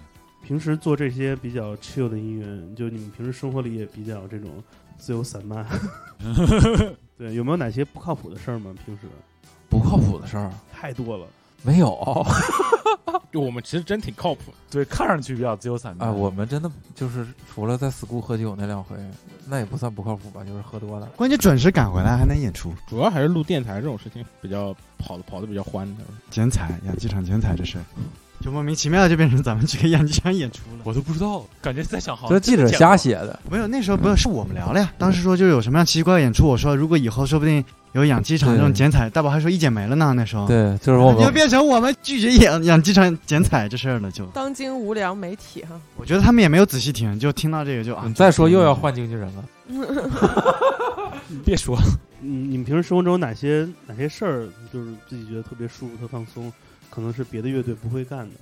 S2: 平时做这些比较 chill 的音乐，就你们平时生活里也比较这种自由散 漫。对，有没有哪些不靠谱的事儿吗？平时
S9: 不靠谱的事儿
S2: 太多了。
S9: 没有。
S6: 就我们其实真挺靠谱，
S3: 对，看上去比较自由散漫
S9: 啊，我们真的就是除了在 school 喝酒那两回，那也不算不靠谱吧，就是喝多了。
S4: 关键准时赶回来还能演出，
S6: 主要还是录电台这种事情比较跑的跑的比较欢的。
S4: 剪彩养鸡场剪彩这事儿，就莫名其妙就变成咱们去给养鸡场演出了。
S3: 我都不知道，感觉在想
S8: 哦
S3: 好
S9: 这
S3: 像
S9: 记者
S3: 真的见过
S9: 瞎写的，
S4: 没有，那时候不是是我们聊了呀。当时说就有什么样奇奇怪怪演出，我说如果以后说不定有养鸡场这种剪彩，大宝还说一剪没了呢。那时候，，
S9: 对，就是我
S4: 就
S9: 们
S4: 变成我们拒绝养养鸡场剪彩这事儿了。就
S5: 当今无良媒体哈，
S4: 我觉得他们也没有仔细听，就听到这个就啊
S9: 你，嗯再说又要换经纪人了。
S3: 别说，
S2: 嗯，你们平时生活中有哪些哪些事儿，就是自己觉得特别舒服、特放松，可能是别的乐队不会干的，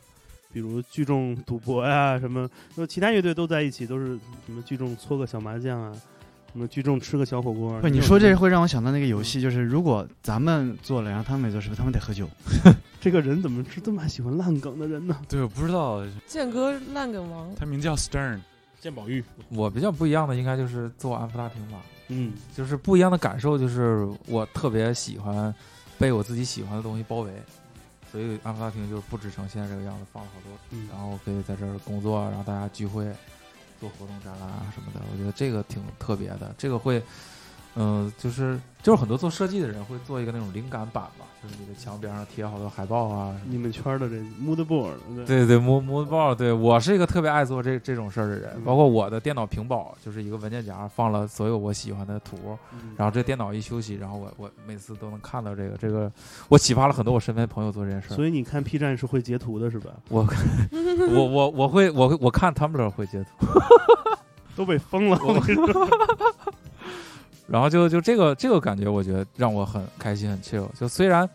S2: 比如聚众赌博呀、什么，就其他乐队都在一起，都是什么聚众搓个小麻将啊，什么聚众吃个小火锅。啊
S4: 不，你说这会让我想到那个游戏，就是如果咱们做了，然后他们没做，是不是他们得 喝酒？
S2: 这个人怎么是这么喜欢烂梗的人呢？
S8: 对，我不知道，
S5: 健哥烂梗王，
S8: 他名叫 Stern，
S6: 鉴宝玉，
S9: 我比较不一样的应该就是做安普拉汀吧，
S2: 嗯，
S9: 就是不一样的感受，就是我特别喜欢被我自己喜欢的东西包围，所以安普拉汀就是不止成现在这个样子，放了好多
S2: 嗯
S9: 然后可以在这儿工作，然后大家聚会、做活动、展览啊什么的。我觉得这个挺特别的，这个会，嗯、就是就是很多做设计的人会做一个那种灵感板吧，就是你的墙边上贴好多海报啊什么的。
S2: 你们圈儿的这 mood board，对
S9: 对对，摸摸报，对我是一个特别爱做这这种事儿的人，
S2: 嗯
S9: 包括我的电脑屏保就是一个文件夹，放了所有我喜欢的图，
S2: 嗯
S9: 然后这电脑一休息，然后我我每次都能看到这个这个，我启发了很多我身边朋友做这件事儿。
S2: 所以你看 P 站是会截图的，是吧？
S9: 我 我我我会我会我看 Tumblr 会截图。
S2: 都被封了，我跟你说
S9: 然后就就这个这个感觉，我觉得让我很开心很 chill。就虽然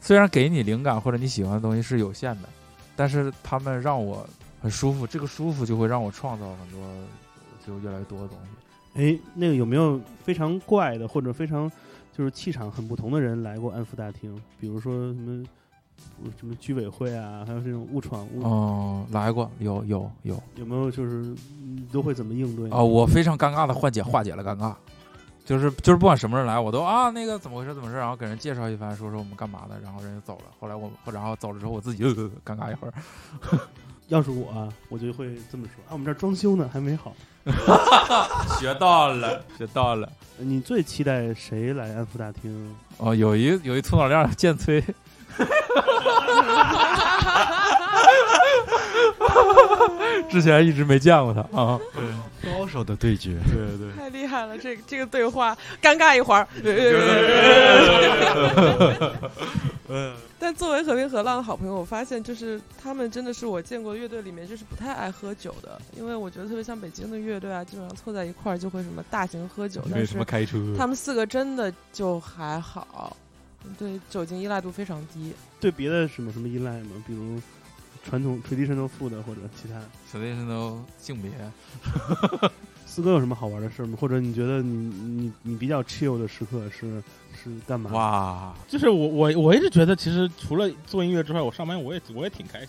S9: 虽然给你灵感或者你喜欢的东西是有限的，但是他们让我很舒服，这个舒服就会让我创造很多就越来越多的东西。
S2: 哎，那个有没有非常怪的或者非常就是气场很不同的人来过安福大厅？比如说什么什么居委会啊，还有这种误闯误，
S9: 嗯，来过，有有有
S2: 有没有就是你都会怎么应对？
S9: 啊、，我非常尴尬的化解化解了尴尬，就是就是不管什么人来，我都啊那个怎么回事怎么回事，然后给人介绍一番，说说我们干嘛的，然后人就走了。后来我然后走了之后，我自己就、 呃尴尬一会儿。
S2: 要是我、啊，我就会这么说啊，我们这儿装修呢还没 好。
S9: 学到了，学到了。
S2: 你最期待谁来安福大厅？
S9: 哦，有一有一搓澡亮剑崔
S13: 之前一直没见过他啊。
S4: 高手的对决，
S8: 对对。
S5: 太厉害了，这个这个对话尴尬一会 儿。
S8: 嗯，
S5: 但作为和平和浪的好朋友，我发现就是他们真的是我见过乐队里面就是不太爱喝酒的，因为我觉得特别像北京的乐队啊，基本上凑在一块儿就会什么大型喝酒，
S13: 因
S5: 但
S13: 为他
S5: 是
S13: 妈开车，
S5: 他们四个真的就还好，对酒精依赖度非常低。
S2: 对别的什么什么依赖吗？比如传统 traditional food 或者其他。
S9: 小电视都性别，
S2: 四哥有什么好玩的事吗？或者你觉得你你你比较 chill 的时刻是是干嘛？
S9: 哇，
S6: 就是我我我一直觉得，其实除了做音乐之外，我上班我也我也挺开心的。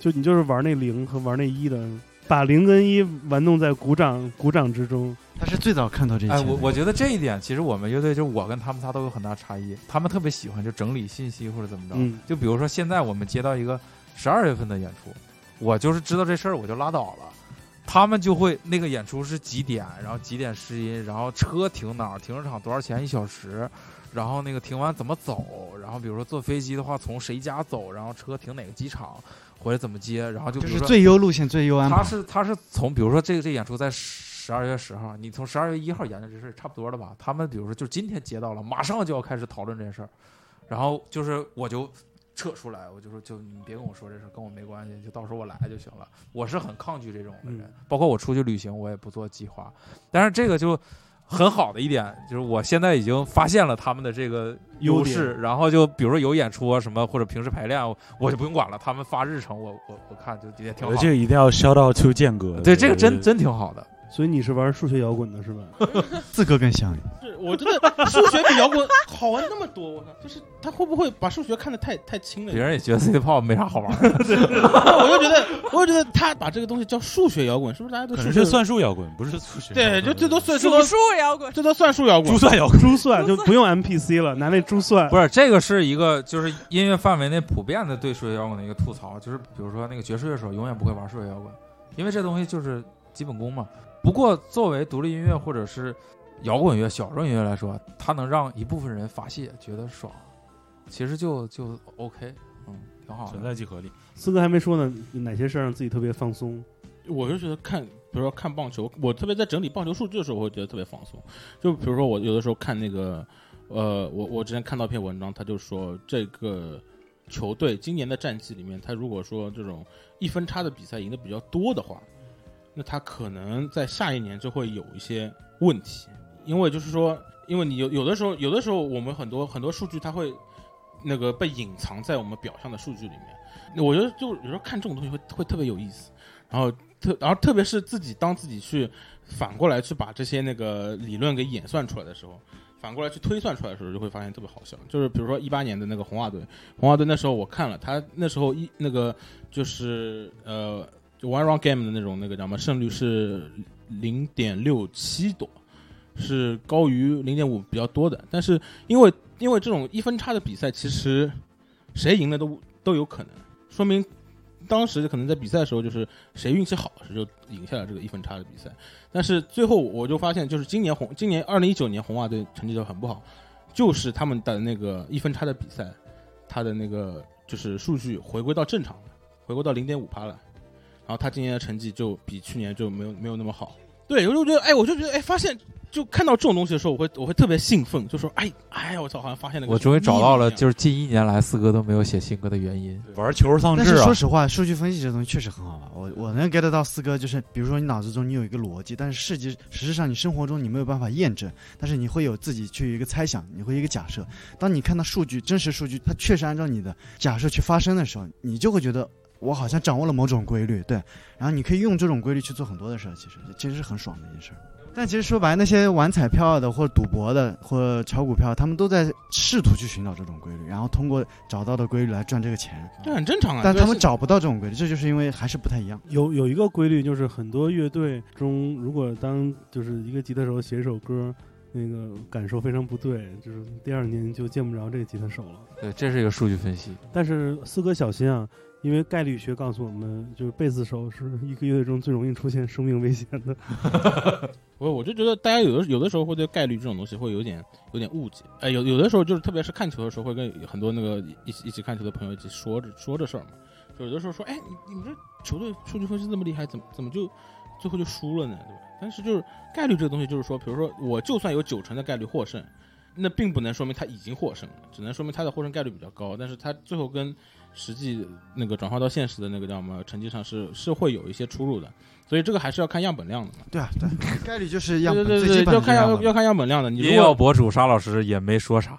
S2: 就你就是玩那零和玩那一的，把零跟一玩弄在鼓掌鼓掌之中。
S4: 他是最早看到这一切
S9: 哎，
S4: 的。
S9: 我我觉得这一点，其实我们乐队就是我跟他们仨都有很大差异。他们特别喜欢就整理信息或者怎么着。
S2: 嗯
S9: 就比如说现在我们接到一个十二月份的演出，我就是知道这事儿我就拉倒了。他们就会那个演出是几点，然后几点试音，然后车停哪儿，停车场多少钱一小时，然后那个停完怎么走，然后比如说坐飞机的话从谁家走，然后车停哪个机场，回来怎么接，然后就
S4: 就
S9: 比如
S4: 是
S9: 说
S4: 最优路线、最优安
S9: 他
S4: 排。
S9: 是他是从比如说这个这演出在十二月十号，你从十二月一号研究这事儿差不多了吧？他们比如说就今天接到了，马上就要开始讨论这件事儿，然后就是我就撤出来，我就说就你别跟我说这事儿，跟我没关系，就到时候我来就行了。我是很抗拒这种的人，
S2: 嗯
S9: 包括我出去旅行我也不做计划，但是这个就。很好的一点就是，我现在已经发现了他们的这个优势，然后就比如说有演出啊什么，或者平时排练啊，我就不用管了。他们发日程，我我我看就也挺好
S3: 我
S9: 的。
S3: 这个一定要 shout out to 建哥。
S9: 对，这个真真挺好的。
S2: 所以你是玩数学摇滚的是吧？
S4: 四哥更像，
S6: 是我觉得数学比摇滚好玩那么多，我靠！就是他会不会把数学看得太太轻了？
S9: 别人也觉得 C-pop 没啥好玩的，
S6: 我就觉得，我就觉得他把这个东西叫数学摇滚，是不是大家都
S3: 可
S6: 数
S3: 能
S6: 学
S3: 是？算术摇滚，不是数学。
S6: 对，就这都算这
S5: 数
S6: 都
S5: 数摇滚，
S6: 这都算术摇滚
S3: 珠。算摇滚。
S2: 珠算就不用 MPC 了，拿那珠算。
S9: 不是这个是一个就是音乐范围内普遍的对数学摇滚的一个吐槽，就是比如说那个爵士乐手永远不会玩数学摇滚，因为这东西就是基本功嘛。不过作为独立音乐或者是摇滚乐、小众音乐来说，啊它能让一部分人发泄，觉得爽，其实就就 OK，嗯，挺好
S3: 存
S9: 的。
S3: 在即合理。
S2: 四哥还没说呢，哪些事儿让自己特别放松？
S6: 我就觉得看，比如说看棒球，我特别在整理棒球数据的时候，我会觉得特别放松。就比如说我有的时候看那个，呃，我我之前看到一篇文章，他就说这个球队今年的战绩里面，他如果说这种一分差的比赛赢得比较多的话，那他可能在下一年就会有一些问题，因为就是说，因为你有有的时候，有的时候我们很多很多数据它会那个被隐藏在我们表象的数据里面。那我觉得就有时候看这种东西会会特别有意思，然后特然后特别是自己当自己去反过来去把这些那个理论给演算出来的时候。反过来去推算出来的时候，就会发现特别好笑。就是比如说一八年的那个红袜队，红袜队那时候我看了，他那时候一那个就是呃就 one round game 的那种那个叫什么胜率是零点六七多，是高于零点五比较多的。但是因为因为这种一分差的比赛，其实谁赢了都都有可能，说明当时可能在比赛的时候就是谁运气好，谁就赢下了这个一分差的比赛。但是最后我就发现，就是今年红今年二零一九年红袜队成绩就很不好，就是他们的那个一分差的比赛，他的那个就是数据回归到正常了，回归到零点五趴了。然后他今年的成绩就比去年就没有没有那么好。对，我就觉得，哎，我就觉得，哎，发现就看到这种东西的时候，我会我会特别兴奋，就说，哎，哎呀，我操，好像发现了个
S9: 我终于找到了，
S6: 秘密一样
S9: 就是近一年来四哥都没有写新歌的原因。
S3: 玩球丧
S4: 但
S3: 志
S4: 是
S3: 啊
S4: 说！实话，数据分析这东西确实很好玩。我我能 get 到四哥，就是比如说你脑子中你有一个逻辑，但是实际实质上你生活中你没有办法验证，但是你会有自己去一个猜想，你会一个假设。当你看到数据真实数据，它确实按照你的假设去发生的时候，你就会觉得我好像掌握了某种规律，对。然后你可以用这种规律去做很多的事儿，其实其实是很爽的一件事儿。但其实说白了，那些玩彩票的，或者赌博的，或者炒股票，他们都在试图去寻找这种规律，然后通过找到的规律来赚这个钱。
S6: 这很正常啊。
S4: 但
S6: 就是
S4: 他们找不到这种规律，这就是因为还是不太一样。
S2: 有有一个规律，就是很多乐队中，如果当就是一个吉他手写一首歌，那个感受非常不对，就是第二年就见不着这个吉他手了。
S9: 对，这是一个数据分析。
S2: 但是四哥小心啊，因为概率学 告诉我们，就是贝斯手是一个乐队中最容易出现生命危险的。
S6: 我我就觉得大家有的有的时候会对概率这种东西会有点有点误解，哎，有有的时候就是特别是看球的时候，会跟很多那个一起一起看球的朋友一起说着说这事儿嘛，就有的时候说，哎，你你们这球队数据分析这么厉害，怎么怎么就最后就输了呢，对吧？但是就是概率这个东西，就是说，比如说我就算有九成的概率获胜，那并不能说明他已经获胜了，只能说明他的获胜概率比较高，但是他最后跟实际那个转化到现实的那个叫什么成绩上是是会有一些出入的，所以这个还是要看样本量的嘛。
S4: 对啊，对，概率就是样
S6: 对
S4: 本，
S6: 对
S4: 最
S6: 对对，
S4: 基本
S6: 要
S4: 的
S6: 看
S4: 样
S6: 要
S4: 本
S6: 要看样本量的。你如
S13: 也
S6: 果
S13: 有博主沙老师也没说啥，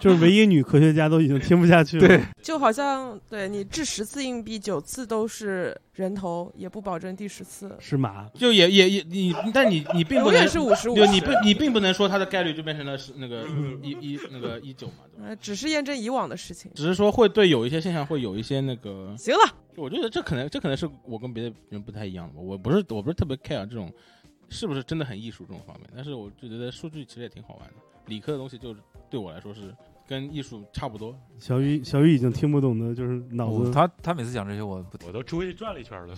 S2: 就是唯一女科学家都已经听不下去了。
S13: 对，
S5: 就好像对你掷十次硬币，九次都是人头，也不保证第十次。
S2: 是马，
S6: 就也也也你，但你你并不
S5: 永
S6: 能
S5: 远是50
S6: 对，你不你并不能说它的概率就变成了是那个一一那个一九嘛，对吧
S5: 呃，只是验证以往的事情。
S6: 只是说会对有一些现象会有一些那个。
S5: 行了，
S6: 我觉得这可能这可能是我跟别的人不太一样的吧，我不是我不是特别 care 这种是不是真的很艺术这种方面，但是我就觉得数据其实也挺好玩的，理科的东西就是对我来说是跟艺术差不多，
S2: 小雨小雨已经听不懂的，就是脑
S9: 我
S2: 子
S9: 哦他他每次讲这些，我不
S8: 我都出去转了一圈了。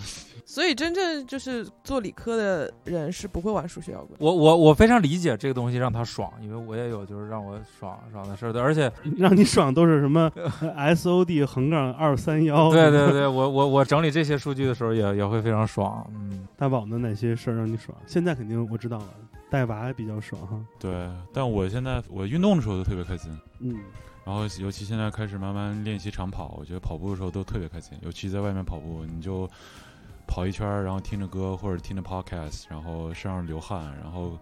S5: 所以真正就是做理科的人是不会玩数学摇滚。
S9: 我我我非常理解这个东西让他爽，因为我也有就是让我爽爽的事儿的，而且
S2: 让你爽都是什么呃 S O D 横杠二三幺？
S9: 对对对，我我我整理这些数据的时候也也会非常爽，嗯，
S2: 大宝呢？哪些事儿让你爽？现在肯定我知道了，带娃比较爽哈。
S8: 对，但我现在我运动的时候都特别开心，
S2: 嗯，
S8: 然后尤其现在开始慢慢练习长跑，我觉得跑步的时候都特别开心，尤其在外面跑步，你就跑一圈儿，然后听着歌或者听着 podcast，然后身上流汗，然后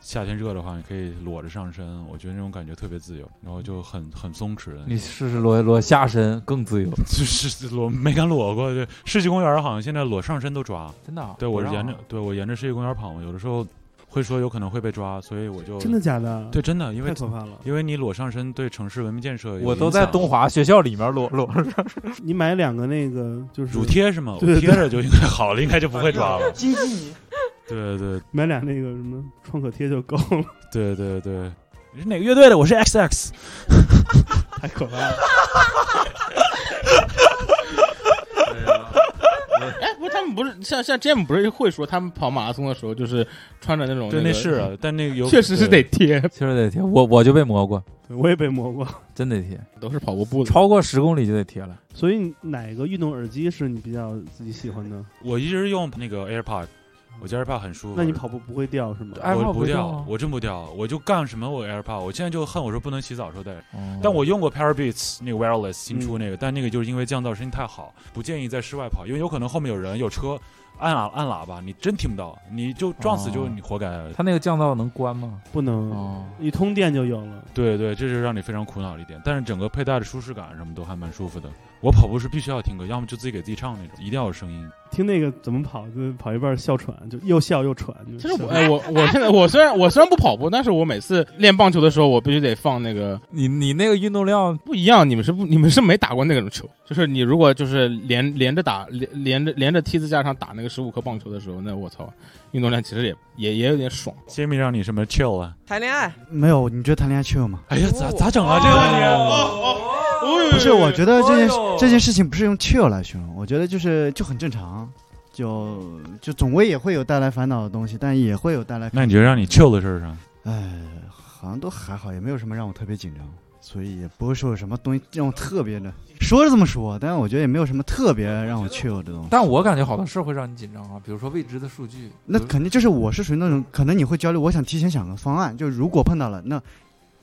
S8: 夏天热的话，你可以裸着上身，我觉得那种感觉特别自由，然后就很很松弛的那种。
S9: 你试试裸裸下身更自由，
S8: 就是裸没敢裸过，对，世纪公园好像现在裸上身都抓，
S9: 真的啊、
S8: 对我
S9: 不
S8: 是
S9: 让
S8: 沿着对我沿着世纪公园跑，有的时候会说有可能会被抓，所以我就
S2: 真的假的？
S8: 对，真的，因为
S2: 太可怕了！
S8: 因为你裸上身对城市文明建设有
S9: 我都
S8: 影
S9: 在
S8: 响
S9: 东华学校里面裸裸
S2: 你买两个那个就是
S8: 乳贴是吗？我
S2: 对对
S8: 贴着就应该好了，应该就不会抓了。
S4: 经济
S8: 对对
S2: 买俩那个什么创可贴就够了，
S8: 对对对， 你是哪个乐队的？我是 XX。
S2: 太可怕了。
S6: 哎，不是他们不是像像 Jam 不是会说他们跑马拉松的时候就是穿着那种
S8: 对，
S6: 那
S8: 那
S6: 个嗯
S8: 是
S9: 呃
S8: 啊，但那个 有
S6: 确实是得
S8: 对
S6: 贴，
S9: 确实得贴，我我就被磨过，
S2: 对我也被磨过，
S9: 真得贴，
S6: 都是跑过步的。
S9: 超过十公里就得贴了。
S2: 所以哪个运动耳机是你比较自己喜欢的？
S8: 我一直用那个 AirPod，我觉得 AirPod 很舒服。
S2: 那你跑步不会掉是吗？
S9: 哎
S8: 我
S9: AirPod 不
S8: 不
S9: 会掉
S8: 掉
S9: 啊，
S8: 我真不掉，我就干什么我 AirPod，我现在就恨我说不能洗澡的时候戴着。
S9: 哦
S8: 但我用过 Parabeats 那个 Wireless 新
S4: 嗯
S8: 出那个，但那个就是因为降噪声音太好，不建议在室外跑，因为有可能后面有人有车按喇按喇叭，你真听不到，你就撞死就
S9: 哦
S8: 你活该。
S9: 它那个降噪能关吗？
S2: 不能，
S9: 哦，
S2: 一通电就有了。
S8: 对对，这是让你非常苦恼的一点，但是整个佩戴的舒适感什么都还蛮舒服的。我跑步是必须要听歌，要么就自己给自己唱那种，一定要有声音。
S2: 听那个怎么跑，就跑一半笑喘，就又笑又喘。就
S6: 其实我
S2: 笑
S6: 哎我我现在我虽然我虽然不跑步，但是我每次练棒球的时候，我必须得放那个
S9: 你你那个运动量
S6: 不一样。你们是不你们是没打过那种球，就是你如果就是连连着打连连着连着梯子架上打那个十五颗棒球的时候，那我操，运动量其实也也也有点爽。
S8: Jimmy 让你什么 chill 啊？
S5: 谈恋爱，哦
S4: 没有，你觉得谈恋爱 chill 吗？
S8: 哎呀，咋咋整啊？这个问题，
S9: 哦
S6: 哎
S4: 不是，我觉得这
S5: 哦
S4: 件事
S13: 哎呦
S4: 这件事情不是用 chill 来形容，我觉得就是就很正常，就就总归也会有带来烦恼的东西，但也会有带来，
S8: 那你觉得让你 chill 的事儿上，
S4: 哎，好像都还 好，也没有什么让我特别紧张，所以也不会说有什么东西让我特别的。说是这么说，但是我觉得也没有什么特别让我 chill 的东西。
S9: 但我感觉好多事儿会让你紧张啊，比如说未知的数据。
S4: 那
S9: 比如
S4: 肯定就是我是属于那种，可能你会焦虑，我想提前想个方案，就如果碰到了，那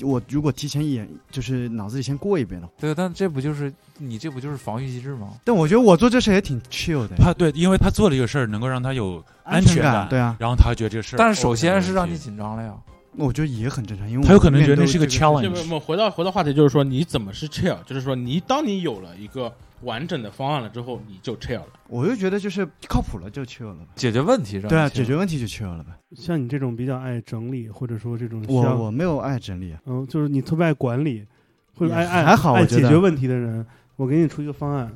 S4: 我如果提前一眼就是脑子里先过一遍的话，
S9: 对，但这不就是你这不就是防御机制吗？
S4: 但我觉得我做这事也挺 chill 的，
S8: 他对，因为他做了一个事儿，能够让他有安
S4: 全
S8: 全感，
S4: 对啊，
S8: 然后他觉得这个事儿，
S9: 但是首先是让
S8: 没
S9: 你
S8: 问题，
S9: 紧 张了呀。
S4: 我觉得也很正常，因为
S8: 他有可能
S4: 我
S8: 觉得
S4: 面
S8: 那
S4: 对
S8: 是一个
S4: 这事
S6: 这不，我
S8: challenge。
S6: 们回到回到话题，就是说你怎么是 chill，就是说你当你有了一个完整的方案了之后，你就 chill 了。
S4: 我就觉得就是靠谱了就 chill 了吧，
S9: 解决问题上。
S4: 对啊，解决问题就 chill 了吧。
S2: 像你这种比较爱整理，或者说这种需
S4: 我
S2: 要
S4: 我没有爱整理啊，
S2: 嗯，就是你特别爱管理，或者
S4: 也
S2: 爱爱
S4: 还好
S2: 爱
S4: 我觉
S2: 解
S4: 得
S2: 决问题的人，我给你出一个方案，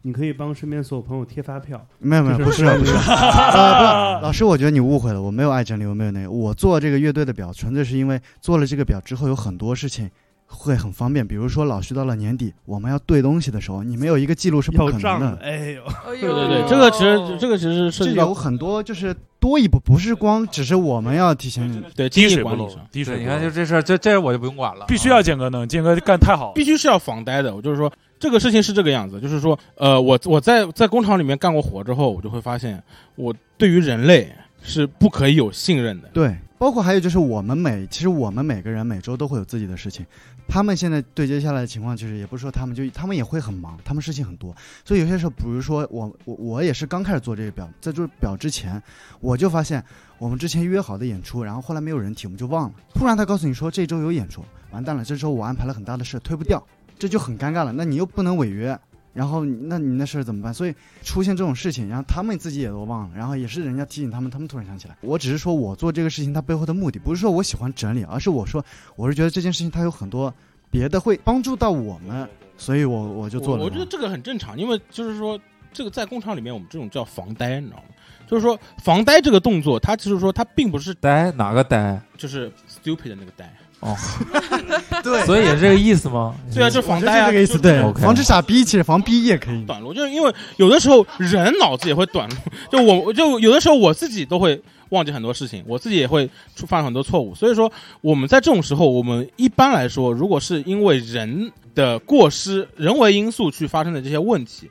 S2: 你可以帮身边所有朋友贴发票。
S4: 没有没有，
S2: 就
S4: 不是 不是啊，不老师，我觉得你误会了，我没有爱整理，我没有那个，我做这个乐队的表纯粹是因为做了这个表之后有很多事情会很方便。比如说老徐到了年底，我们要对东西的时候，你没有一个记录是不可
S2: 要账
S4: 能
S2: 的
S4: 的。
S2: 哎呦，
S6: 对对对，这个其实这个其实涉
S4: 这
S6: 及到
S4: 有很多就是多一步，不是光只是我们要提前
S6: 对
S3: 滴
S6: 经济
S3: 水不
S6: 管理
S3: 漏
S6: 上，，
S3: 滴水
S9: 对，
S3: 不
S9: 你
S3: 漏
S9: 看就这事儿，这这我就不用管了。
S3: 必须要建哥能，建哥干太好了。
S6: 必须是要仿呆的。我就是说，这个事情是这个样子，就是说，呃，我我在在工厂里面干过活之后，我就会发现，我对于人类是不可以有信任的。
S4: 对，包括还有就是我们每，其实我们每个人每周都会有自己的事情，他们现在对接下来的情况就是，也不是说他们就他们也会很忙，他们事情很多，所以有些时候，比如说我我我也是刚开始做这个表，在做表之前，我就发现我们之前约好的演出，然后后来没有人提，我们就忘了，突然他告诉你说这周有演出，完蛋了，这周我安排了很大的事，推不掉，这就很尴尬了，那你又不能违约。然后你，那你那事儿怎么办？所以出现这种事情，然后他们自己也都忘了，然后也是人家提醒他们，他们突然想起来。我只是说我做这个事情它背后的目的，不是说我喜欢整理，而是我说我是觉得这件事情它有很多别的会帮助到我们，所以我我就做
S6: 我。
S4: 了嘛。
S6: 我觉得这个很正常，因为就是说，这个在工厂里面，我们这种叫防呆，你知道吗？就是说，防呆这个动作，它就是说，它并不是
S9: 呆哪 个呆？
S6: 就是 stupid 的那个呆。
S9: 哦，
S4: 对
S9: 所以也是这个意思吗？
S6: 对啊，就是
S4: 我
S6: 防
S4: 觉
S6: 呆
S4: 得
S6: 啊，
S4: 这个意思，
S6: 就是
S4: 对
S9: OK
S4: 防止傻逼，其实防逼也可以。
S6: 短路，就是因为有的时候人脑子也会短路， 就我我就有的时候我自己都会忘记很多事情，我自己也会出犯很多错误。所以说，我们在这种时候，我们一般来说，如果是因为人的过失、人为因素去发生的这些问题，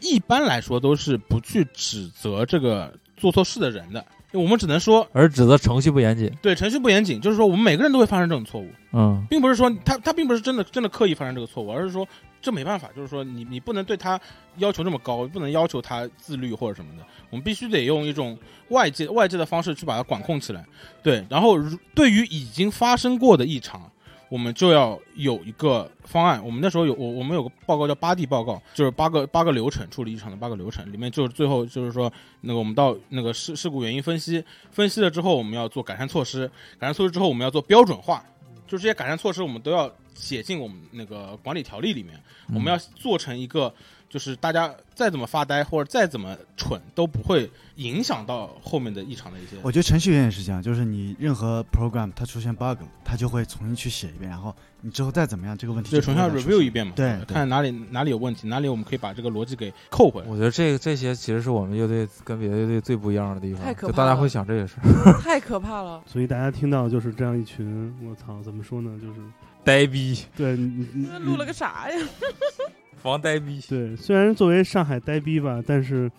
S6: 一般来说都是不去指责这个做错事的人的。我们只能说，
S9: 而指责程序不严谨。
S6: 对程序不严谨，就是说我们每个人都会发生这种错误。
S9: 嗯，
S6: 并不是说他他并不是真的真的刻意发生这个错误，而是说这没办法，就是说你你不能对他要求这么高，不能要求他自律或者什么的，我们必须得用一种外界外界的方式去把它管控起来。对，然后如对于已经发生过的异常。我们就要有一个方案。我们那时候有我我们有个报告叫八 D 报告，就是八个八个流程处理异常的八个流程，里面就是最后就是说那个我们到那个事事故原因分析，分析了之后我们要做改善措施，改善措施之后我们要做标准化，就这些改善措施，我们都要写进我们那个管理条例里面。
S4: 嗯
S6: 我们要做成一个，就是大家再怎么发呆或者再怎么蠢，都不会影响到后面的异常的一些。
S4: 我觉得程序员也是这样，就是你任何 program 它出现 bug，了它就会重新去写一遍，然后你之后再怎么样，这个问题
S6: 对，
S4: 就
S6: 重
S4: 不
S6: 新
S4: 会
S6: 要
S4: 再出
S6: review
S4: 现
S6: 一遍嘛，
S4: 对对
S6: 看哪里哪里有问题，哪里我们可以把这个逻辑给扣回来。
S9: 我觉得这这些其实是我们乐队跟别的乐队最不一样的地
S5: 太
S9: 方，
S5: 可
S9: 就
S5: 怕
S9: 大家
S5: 了
S9: 会想这些事儿。
S5: 太可怕了。
S2: 所以大家听到就是这样一群，我操，怎么说呢？就是
S13: 呆逼，
S2: 对你你
S5: 这
S2: 你
S5: 录了个啥呀？
S13: 防呆逼。
S2: 对，虽然作为上海呆逼吧，但是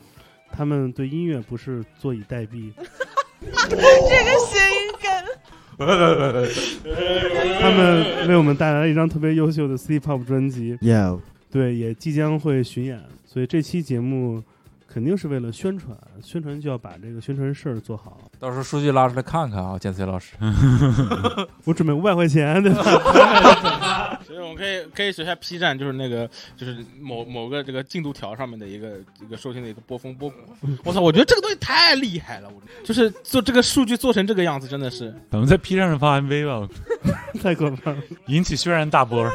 S2: 他们对音乐不是坐以待毙，
S5: 这个谐音梗，
S2: 他们为我们带来了一张特别优秀的 C pop 专辑，
S4: Yeah，
S2: 对，也即将会巡演，所以这期节目肯定是为了宣传，宣传就要把这个宣传事儿做好。
S9: 到时候数据拉出来看看啊，建崔老师。
S13: 呃
S2: 我准备五百块钱， 对吧？
S6: 其实我们可以可以学一下 P 站，就是那个就是某某个这个进度条上面的一个一个收听的一个波峰波谷。我操，我觉得这个东西太厉害了，我就是做这个数据做成这个样子，真的是。
S3: 咱们在 P 站上发 MV 吧，
S2: 太可怕了！
S3: 引起轩然大波。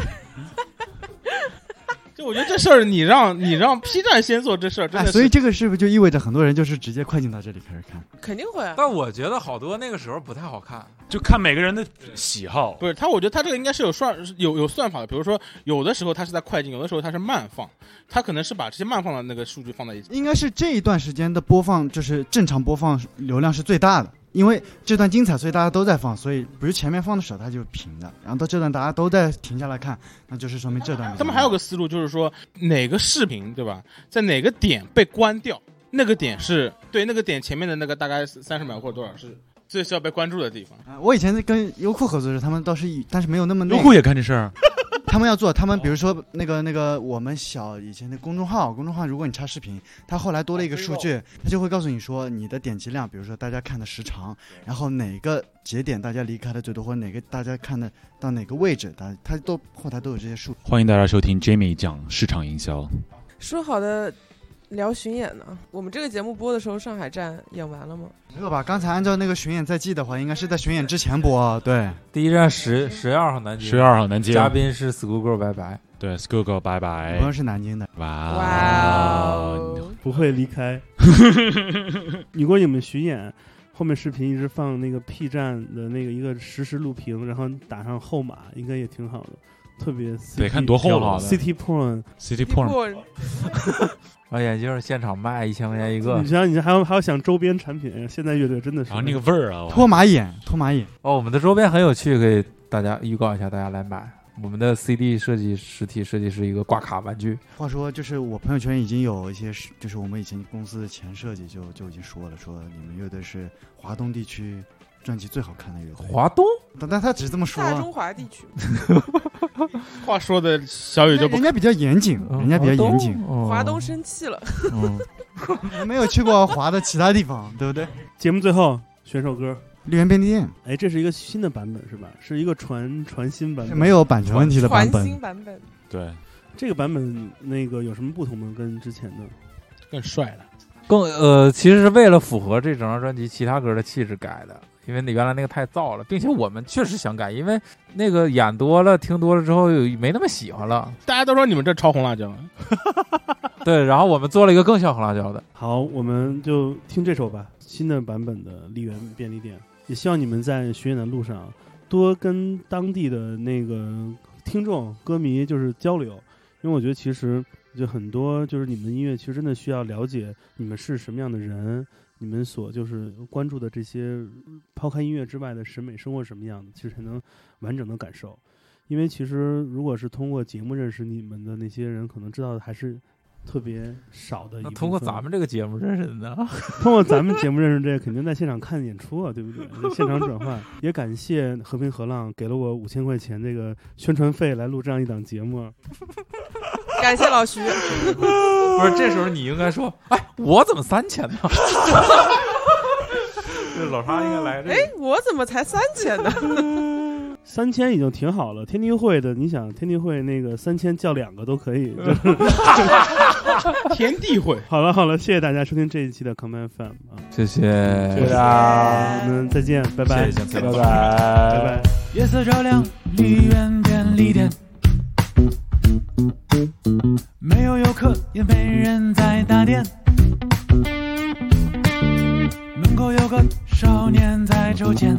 S6: 就我觉得这事儿，你让 你让 P 站先做这事儿，真
S4: 哎，
S6: 的是。
S4: 所以这个是不是就意味着很多人就是直接快进到这里开始看？
S5: 肯定会啊。
S9: 但我觉得好多那个时候不太好看。
S3: 就看每个人的喜好。
S6: 不是他，我觉得他这个应该是有算有有算法的。比如说，有的时候它是在快进，有的时候它是慢放，他可能是把这些慢放的那个数据放在一起。
S4: 应该是这一段时间的播放，就是正常播放流量是最大的，因为这段精彩，所以大家都在放，所以不是前面放的少，它就是平的。然后到这段大家都在停下来看，那就是说明这段比较
S6: 他们还有个思路，就是说哪个视频对吧，在哪个点被关掉，那个点是对那个点前面的那个大概三十秒或者多少是最需要被关注的地方。
S4: 啊我以前跟优酷合作的时，候，他们倒是以，但是没有那么那
S3: 优
S4: 个
S3: 酷也干这事儿，啊 哦
S4: 他们要做，他们比如说那个那个我们小以前的公众号，公众号如果你插视频，它后来多了一个数据，它就会告诉你说你的点击量，比如说大家看的时长，然后哪个节点大家离开的最多，或者哪个大家看的到哪个位置，它它都后台都有这些数。
S3: 欢迎大家收听 Jamie 讲市场营销。
S5: 说好的聊巡演呢？我们这个节目播的时候，上海站演完了吗？
S4: 没有吧？刚才按照那个巡演在记的话，应该是在巡演之前播。对，
S9: 第一站十十月二号南京，
S3: 十月二号南京，
S9: 嘉宾是 School Girl 拜拜。
S3: 对 s c o o l 拜拜
S4: 我朋。友是南京的，
S5: 哇
S3: 哇哦！
S5: 哦！
S2: 不会离 开。如果你们巡演后面视频一直放那个 P 站的那个一个实时录屏，然后打上后码，应该也挺好的。特别 city,
S9: 得看多厚 了啊
S2: City porn
S9: City
S5: porn
S9: 把眼镜现场卖一千块钱一个
S2: 你，想，你还要还要想周边产品，现在乐队真的是
S9: 然后那个味儿啊，
S4: 脱马眼，脱马眼。
S9: 哦，我们的周边很有趣，可以大家预告一下，大家来买。我们的 CD 设计实体设计是一个挂卡玩具，
S4: 话说，就是我朋友圈已经有一些是，就是我们以前公司的前设计就就已经说了，说你们乐队是华东地区专辑最好看的乐队。
S9: 华东，
S4: 但但他只是这么说啊
S5: 大，中华地 区，
S6: 话说的小雨就不
S4: 人家比较严谨，人家比较严谨。哦
S5: 华东哦生气了，
S4: 嗯，没有去过华的其他地方，对不对？
S2: 节目最后选首歌，
S4: 绿源便利店
S2: 哎，这是一个新的版本是吧？是一个传传新版
S4: 是
S2: 本，
S4: 没有版权问题的版
S5: 传
S4: 本
S5: 新，版本，
S8: 对，
S2: 这个版本那个有什么不同吗？跟之前的
S6: 更帅了。
S9: 更呃，其实是为了符合这整张专辑其他歌的气质改的，因为你原来那个太燥了，并且我们确实想改，因为那个演多了、听多了之后有没那么喜欢了。
S6: 大家都说你们这超红辣椒，
S9: 对，然后我们做了一个更像红辣椒的，
S2: 好，我们就听这首吧，新的版本的《丽园便利店》，也希望你们在巡演的路上多跟当地的那个听众、歌迷就是交流，因为我觉得其实就很多就是你们的音乐，其实真的需要了解你们是什么样的人，你们所就是关注的这些，抛开音乐之外的审美生活是什么样的，其实才能完整的感受。因为其实如果是通过节目认识你们的那些人，可能知道的还是特别少的一部
S9: 那
S2: 分。
S9: 通过咱们这个节目认识的呢。
S2: 通过咱们节目认识这，肯定在现场看演出啊，对不 对？现场转换，也感谢和平河浪给了我五千块钱这个宣传费来录这样一档节目。 啊
S5: 感谢老徐，
S2: 哦
S9: 不是，这时候你应该说，哎，我怎么三千呢？
S14: 老沙应该来
S5: 哎，我怎么才三千呢？
S2: 三千已经挺好了，天地会的，你想天地会那个三千叫两个都 可以。就是
S6: 天地会，
S2: 好了好了，谢谢大家收听这一期的 Come FM 啊，
S9: 谢谢
S14: 谢谢啊大
S2: 我们再见，拜拜，
S14: 家，拜拜
S2: 拜拜。
S15: 月色照亮梨园便利店，没有游客，也没人在打电。门口有个少年在抽烟，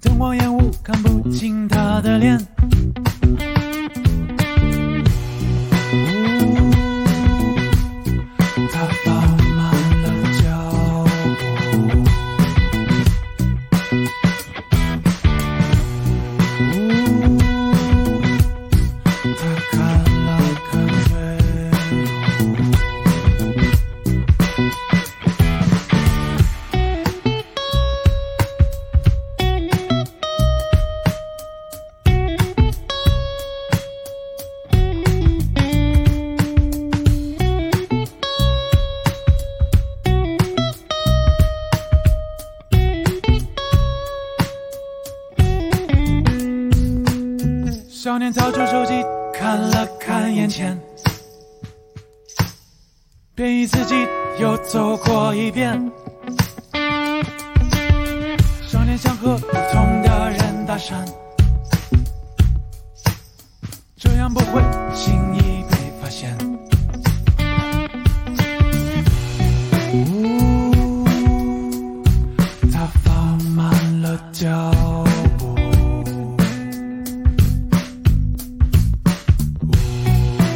S15: 灯光烟雾看不清他的脸。呜他放慢了脚步。他看了看水壶，少年掏出手机看了看眼前，便一次机又走过一遍。少年想和不同的人搭讪，这样不会轻易被发现。呜，他放慢了脚步。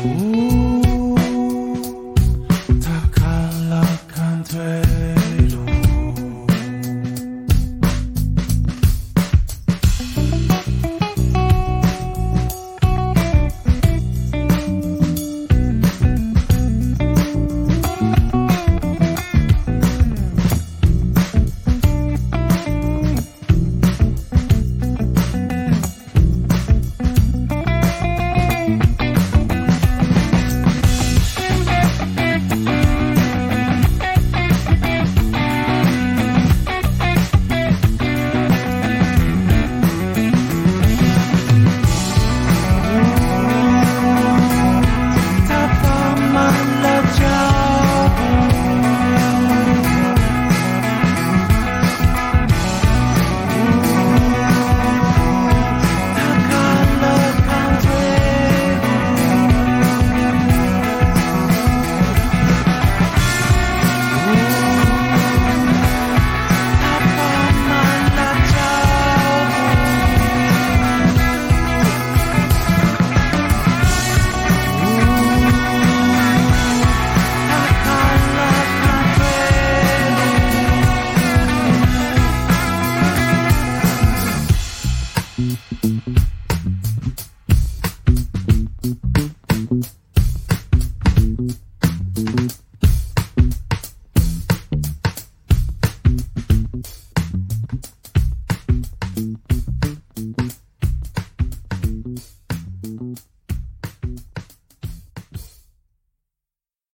S15: 呜，他看了看退路。
S12: Thank you.